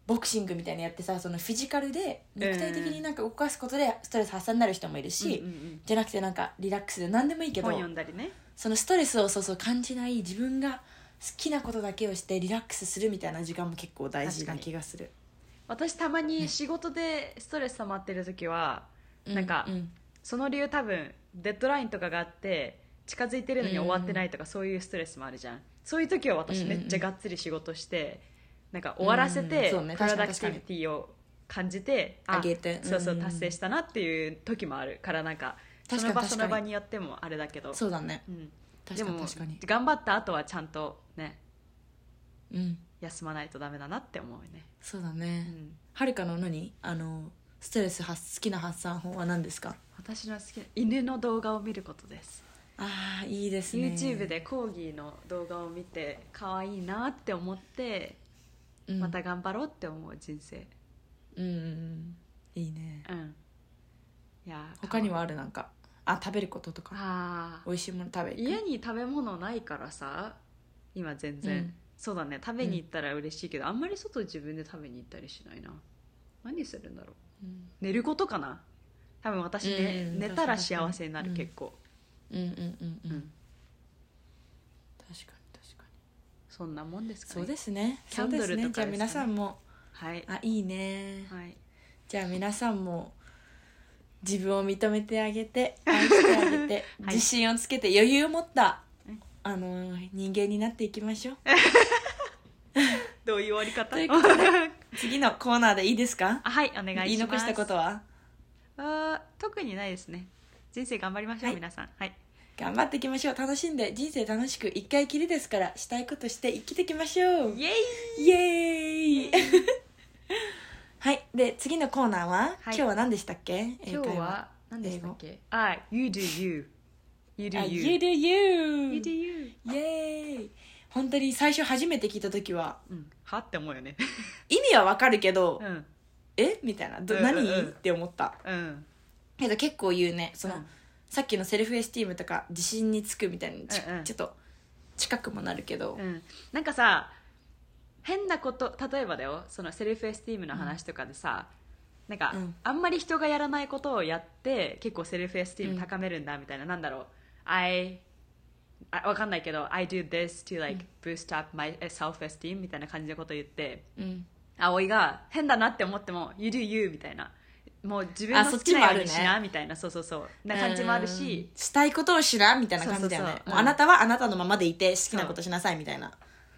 [SPEAKER 2] ボクシングみたいなのやってさそのフィジカルで肉体的になんか動かすことでストレス発散になる人もいるし、
[SPEAKER 3] うんうんうん
[SPEAKER 2] じゃなくてなんかリラックスで何でもいいけど
[SPEAKER 3] 本読んだりね
[SPEAKER 2] そのストレスをそうそう感じない自分が好きなことだけをしてリラックスするみたいな時間も結構大事な気がする。
[SPEAKER 3] 私たまに仕事でストレス溜まってる時は
[SPEAKER 2] うん
[SPEAKER 3] なんか
[SPEAKER 2] うん
[SPEAKER 3] その理由多分デッドラインとかがあって近づいてるのに終わってないとかそういうストレスもあるじゃんそういう時は私めっちゃがっつり仕事してなんか終わらせ
[SPEAKER 2] うんうん
[SPEAKER 3] て
[SPEAKER 2] そうね
[SPEAKER 3] プロ
[SPEAKER 2] 確
[SPEAKER 3] ダ
[SPEAKER 2] かに
[SPEAKER 3] クティビティを感じて
[SPEAKER 2] あげて
[SPEAKER 3] そうそう
[SPEAKER 2] うん
[SPEAKER 3] 達成したなっていう時もあるからなんか
[SPEAKER 2] 確か
[SPEAKER 3] そ
[SPEAKER 2] に
[SPEAKER 3] の場
[SPEAKER 2] 確かに
[SPEAKER 3] その場によってもあれだけど
[SPEAKER 2] そうだね
[SPEAKER 3] うん、
[SPEAKER 2] 確
[SPEAKER 3] で
[SPEAKER 2] かに
[SPEAKER 3] も
[SPEAKER 2] 確かに
[SPEAKER 3] 頑張った後はちゃんとね
[SPEAKER 2] うん
[SPEAKER 3] 休まないとダメだなって思うね、
[SPEAKER 2] そうだ
[SPEAKER 3] う
[SPEAKER 2] ね
[SPEAKER 3] ん、
[SPEAKER 2] はるかの何あのストレス発好きな発散法は何ですか
[SPEAKER 3] 私の好きな犬の動画を見ることです
[SPEAKER 2] ああいいですね
[SPEAKER 3] YouTube でコーギーの動画を見て可愛いなって思って
[SPEAKER 2] うん
[SPEAKER 3] また頑張ろうって思う人生
[SPEAKER 2] うんうんうんいいね
[SPEAKER 3] うんいやー
[SPEAKER 2] 他にはあるなんかあ食べることとか
[SPEAKER 3] ああ
[SPEAKER 2] 美味しいもの食べ
[SPEAKER 3] 家に食べ物ないからさ今全然、
[SPEAKER 2] うん
[SPEAKER 3] そうだね食べに行ったら嬉しいけど、あんまり外自分で食べに行ったりしないな何するんだろう
[SPEAKER 2] うん
[SPEAKER 3] 寝ることかな多分私ね、
[SPEAKER 2] うん
[SPEAKER 3] 寝たら
[SPEAKER 2] 確かに
[SPEAKER 3] 幸せになる、
[SPEAKER 2] うん
[SPEAKER 3] 結構
[SPEAKER 2] うんうんうんう
[SPEAKER 3] うんん
[SPEAKER 2] 確かに確かに
[SPEAKER 3] そんなもんですか
[SPEAKER 2] そうですすね
[SPEAKER 3] キャンドルとか
[SPEAKER 2] そうで
[SPEAKER 3] です
[SPEAKER 2] すねじ
[SPEAKER 3] かね
[SPEAKER 2] ゃあ皆さんも
[SPEAKER 3] はい
[SPEAKER 2] あいいね
[SPEAKER 3] はい
[SPEAKER 2] じゃあ皆さんも自分を認めてあ げて愛してあげて、
[SPEAKER 3] はい
[SPEAKER 2] 自信をつけて余裕を持った
[SPEAKER 3] うん
[SPEAKER 2] あの人間になっていきましょう
[SPEAKER 3] どういう終わり方
[SPEAKER 2] ということ 次のコーナーでいいですか
[SPEAKER 3] あはいお願いします
[SPEAKER 2] 言い残したことは
[SPEAKER 3] あー特にないですね人生頑張りましょう、
[SPEAKER 2] はい
[SPEAKER 3] 皆さんはい
[SPEAKER 2] 頑張っていきましょう楽しんで人生楽しく一回きりですからしたいことして生きていきましょう
[SPEAKER 3] イエイ
[SPEAKER 2] イエーイはいで次のコーナーは、今日は何でしたっけ
[SPEAKER 3] 今日は何でしたっけあ You do you You
[SPEAKER 2] 英会話あ
[SPEAKER 3] do you
[SPEAKER 2] You do you
[SPEAKER 3] You do you
[SPEAKER 2] イエーイ本当に最初初めて聞いた時は
[SPEAKER 3] うんはって思うよね
[SPEAKER 2] 意味はわかるけど、
[SPEAKER 3] うん
[SPEAKER 2] えみたいなど、
[SPEAKER 3] うんうんう
[SPEAKER 2] 何
[SPEAKER 3] ん
[SPEAKER 2] って思った
[SPEAKER 3] うん
[SPEAKER 2] けど結構言うねその、
[SPEAKER 3] うん
[SPEAKER 2] さっきのセルフエスティームとか自信につくみたいにち,、
[SPEAKER 3] うんうん
[SPEAKER 2] ちょっと近くもなるけど、
[SPEAKER 3] うんなんかさ変なこと例えばだよそのセルフエスティームの話とかでさ、なんか、
[SPEAKER 2] うん
[SPEAKER 3] あんまり人がやらないことをやって結構セルフエスティーム高めるんだみたいな、なんだろう I あわかんないけど I do this to like boost up my self esteem みたいな感じのことを言って
[SPEAKER 2] うん
[SPEAKER 3] 葵が変だなって思っても「You do you」みたいなもう自分
[SPEAKER 2] あ
[SPEAKER 3] の
[SPEAKER 2] そ
[SPEAKER 3] 好
[SPEAKER 2] っ
[SPEAKER 3] き
[SPEAKER 2] ちも
[SPEAKER 3] な
[SPEAKER 2] あ
[SPEAKER 3] よ
[SPEAKER 2] る
[SPEAKER 3] うに
[SPEAKER 2] ね
[SPEAKER 3] しなみたいなそうそうそうな感じもあるし
[SPEAKER 2] うんしたいことをしなみたいな感じだよね
[SPEAKER 3] そうそうそう
[SPEAKER 2] もうあなたはあなたのままでいて好きなことしなさいみたいな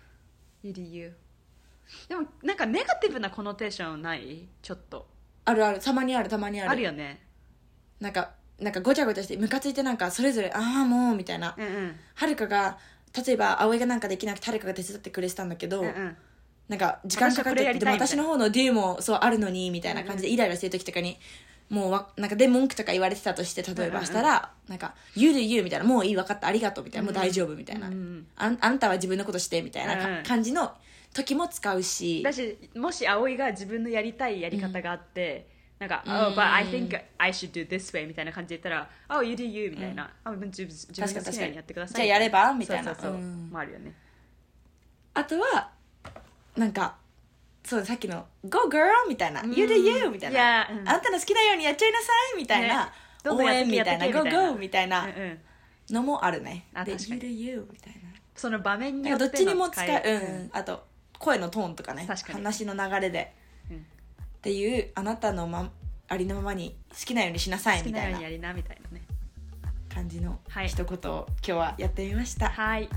[SPEAKER 3] 「You do you」でもなんかネガティブなコノテーションないちょっと
[SPEAKER 2] あるあるたまにあるたまにあ
[SPEAKER 3] あ
[SPEAKER 2] る
[SPEAKER 3] るよね
[SPEAKER 2] なんかなんかごちゃごちゃしてムカついてなんかそれぞれああもうみたいな、
[SPEAKER 3] うんうん
[SPEAKER 2] はるかが例えば葵がなんかできなくて誰かが手伝ってくれてたんだけど、
[SPEAKER 3] うんうん
[SPEAKER 2] なんか時間かか
[SPEAKER 3] 私はこ
[SPEAKER 2] っ
[SPEAKER 3] れ
[SPEAKER 2] て
[SPEAKER 3] や
[SPEAKER 2] て
[SPEAKER 3] り
[SPEAKER 2] で
[SPEAKER 3] たい
[SPEAKER 2] も
[SPEAKER 3] みたいな
[SPEAKER 2] 私の方のデューもそうあるのにみたいな感じでイライラしてる時とかにもうわなんかで文句とか言われてたとして例え
[SPEAKER 3] うんう
[SPEAKER 2] ば
[SPEAKER 3] ん
[SPEAKER 2] したら「なんか言うで言う」みたいな「もういい分かったありがとう」みたいな「もう大丈夫」みたいな、
[SPEAKER 3] うんうん
[SPEAKER 2] あん「あんたは自分のことして」みたいなか
[SPEAKER 3] うん
[SPEAKER 2] 感じの時も使うし
[SPEAKER 3] だしもし葵が自分のやりたいやり方があって、なんか「
[SPEAKER 2] う
[SPEAKER 3] Oh,
[SPEAKER 2] ん
[SPEAKER 3] but I think I should do this way」みたいな感じで言ったら「Oh, you do you」みたいな「あ自分自分の好きなようにやってください」
[SPEAKER 2] じゃあやればみたい
[SPEAKER 3] そ
[SPEAKER 2] な
[SPEAKER 3] うそうそう、
[SPEAKER 2] うん
[SPEAKER 3] もあるよね
[SPEAKER 2] あとはなんかそうさっきの「Go girl」みたいな「You do you」みたいな、
[SPEAKER 3] やうん
[SPEAKER 2] あんたの好きなようにやっちゃいなさいみたいな、
[SPEAKER 3] ねどんどん
[SPEAKER 2] 応
[SPEAKER 3] やっ
[SPEAKER 2] 援
[SPEAKER 3] て
[SPEAKER 2] み
[SPEAKER 3] け
[SPEAKER 2] たいな「
[SPEAKER 3] やってけ
[SPEAKER 2] Go
[SPEAKER 3] みたいな
[SPEAKER 2] go」みたいな
[SPEAKER 3] うんうん
[SPEAKER 2] のもあるね
[SPEAKER 3] あ
[SPEAKER 2] で「
[SPEAKER 3] 確かに
[SPEAKER 2] You do you」みたいな。
[SPEAKER 3] その場面に
[SPEAKER 2] な
[SPEAKER 3] よ
[SPEAKER 2] ん
[SPEAKER 3] っ
[SPEAKER 2] か
[SPEAKER 3] て
[SPEAKER 2] ど
[SPEAKER 3] の
[SPEAKER 2] っちにも使う、
[SPEAKER 3] え
[SPEAKER 2] うん、あと声のトーンとかね
[SPEAKER 3] 確かに
[SPEAKER 2] 話の流れで、
[SPEAKER 3] うん
[SPEAKER 2] っていうあなたの、ま、ありのままに好きなようにしなさい
[SPEAKER 3] 好き
[SPEAKER 2] みた
[SPEAKER 3] ないよう
[SPEAKER 2] な
[SPEAKER 3] にやりなみたいなね
[SPEAKER 2] 感じの
[SPEAKER 3] はい
[SPEAKER 2] 一言を今日はやってみましたは
[SPEAKER 3] はい
[SPEAKER 2] い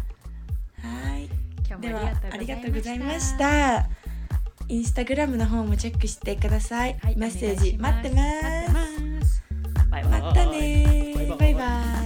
[SPEAKER 3] 今日
[SPEAKER 2] で
[SPEAKER 3] も
[SPEAKER 2] は
[SPEAKER 3] あ
[SPEAKER 2] あ
[SPEAKER 3] り
[SPEAKER 2] り
[SPEAKER 3] が
[SPEAKER 2] が
[SPEAKER 3] と
[SPEAKER 2] と
[SPEAKER 3] うござ
[SPEAKER 2] うござ
[SPEAKER 3] い
[SPEAKER 2] い
[SPEAKER 3] ま
[SPEAKER 2] ま
[SPEAKER 3] し
[SPEAKER 2] したたインスタグラムの方もチェックしてください、
[SPEAKER 3] はい
[SPEAKER 2] メッセージ待ってます
[SPEAKER 3] 待ってますバイバイ
[SPEAKER 2] またね
[SPEAKER 3] バイバイ
[SPEAKER 2] バイバイ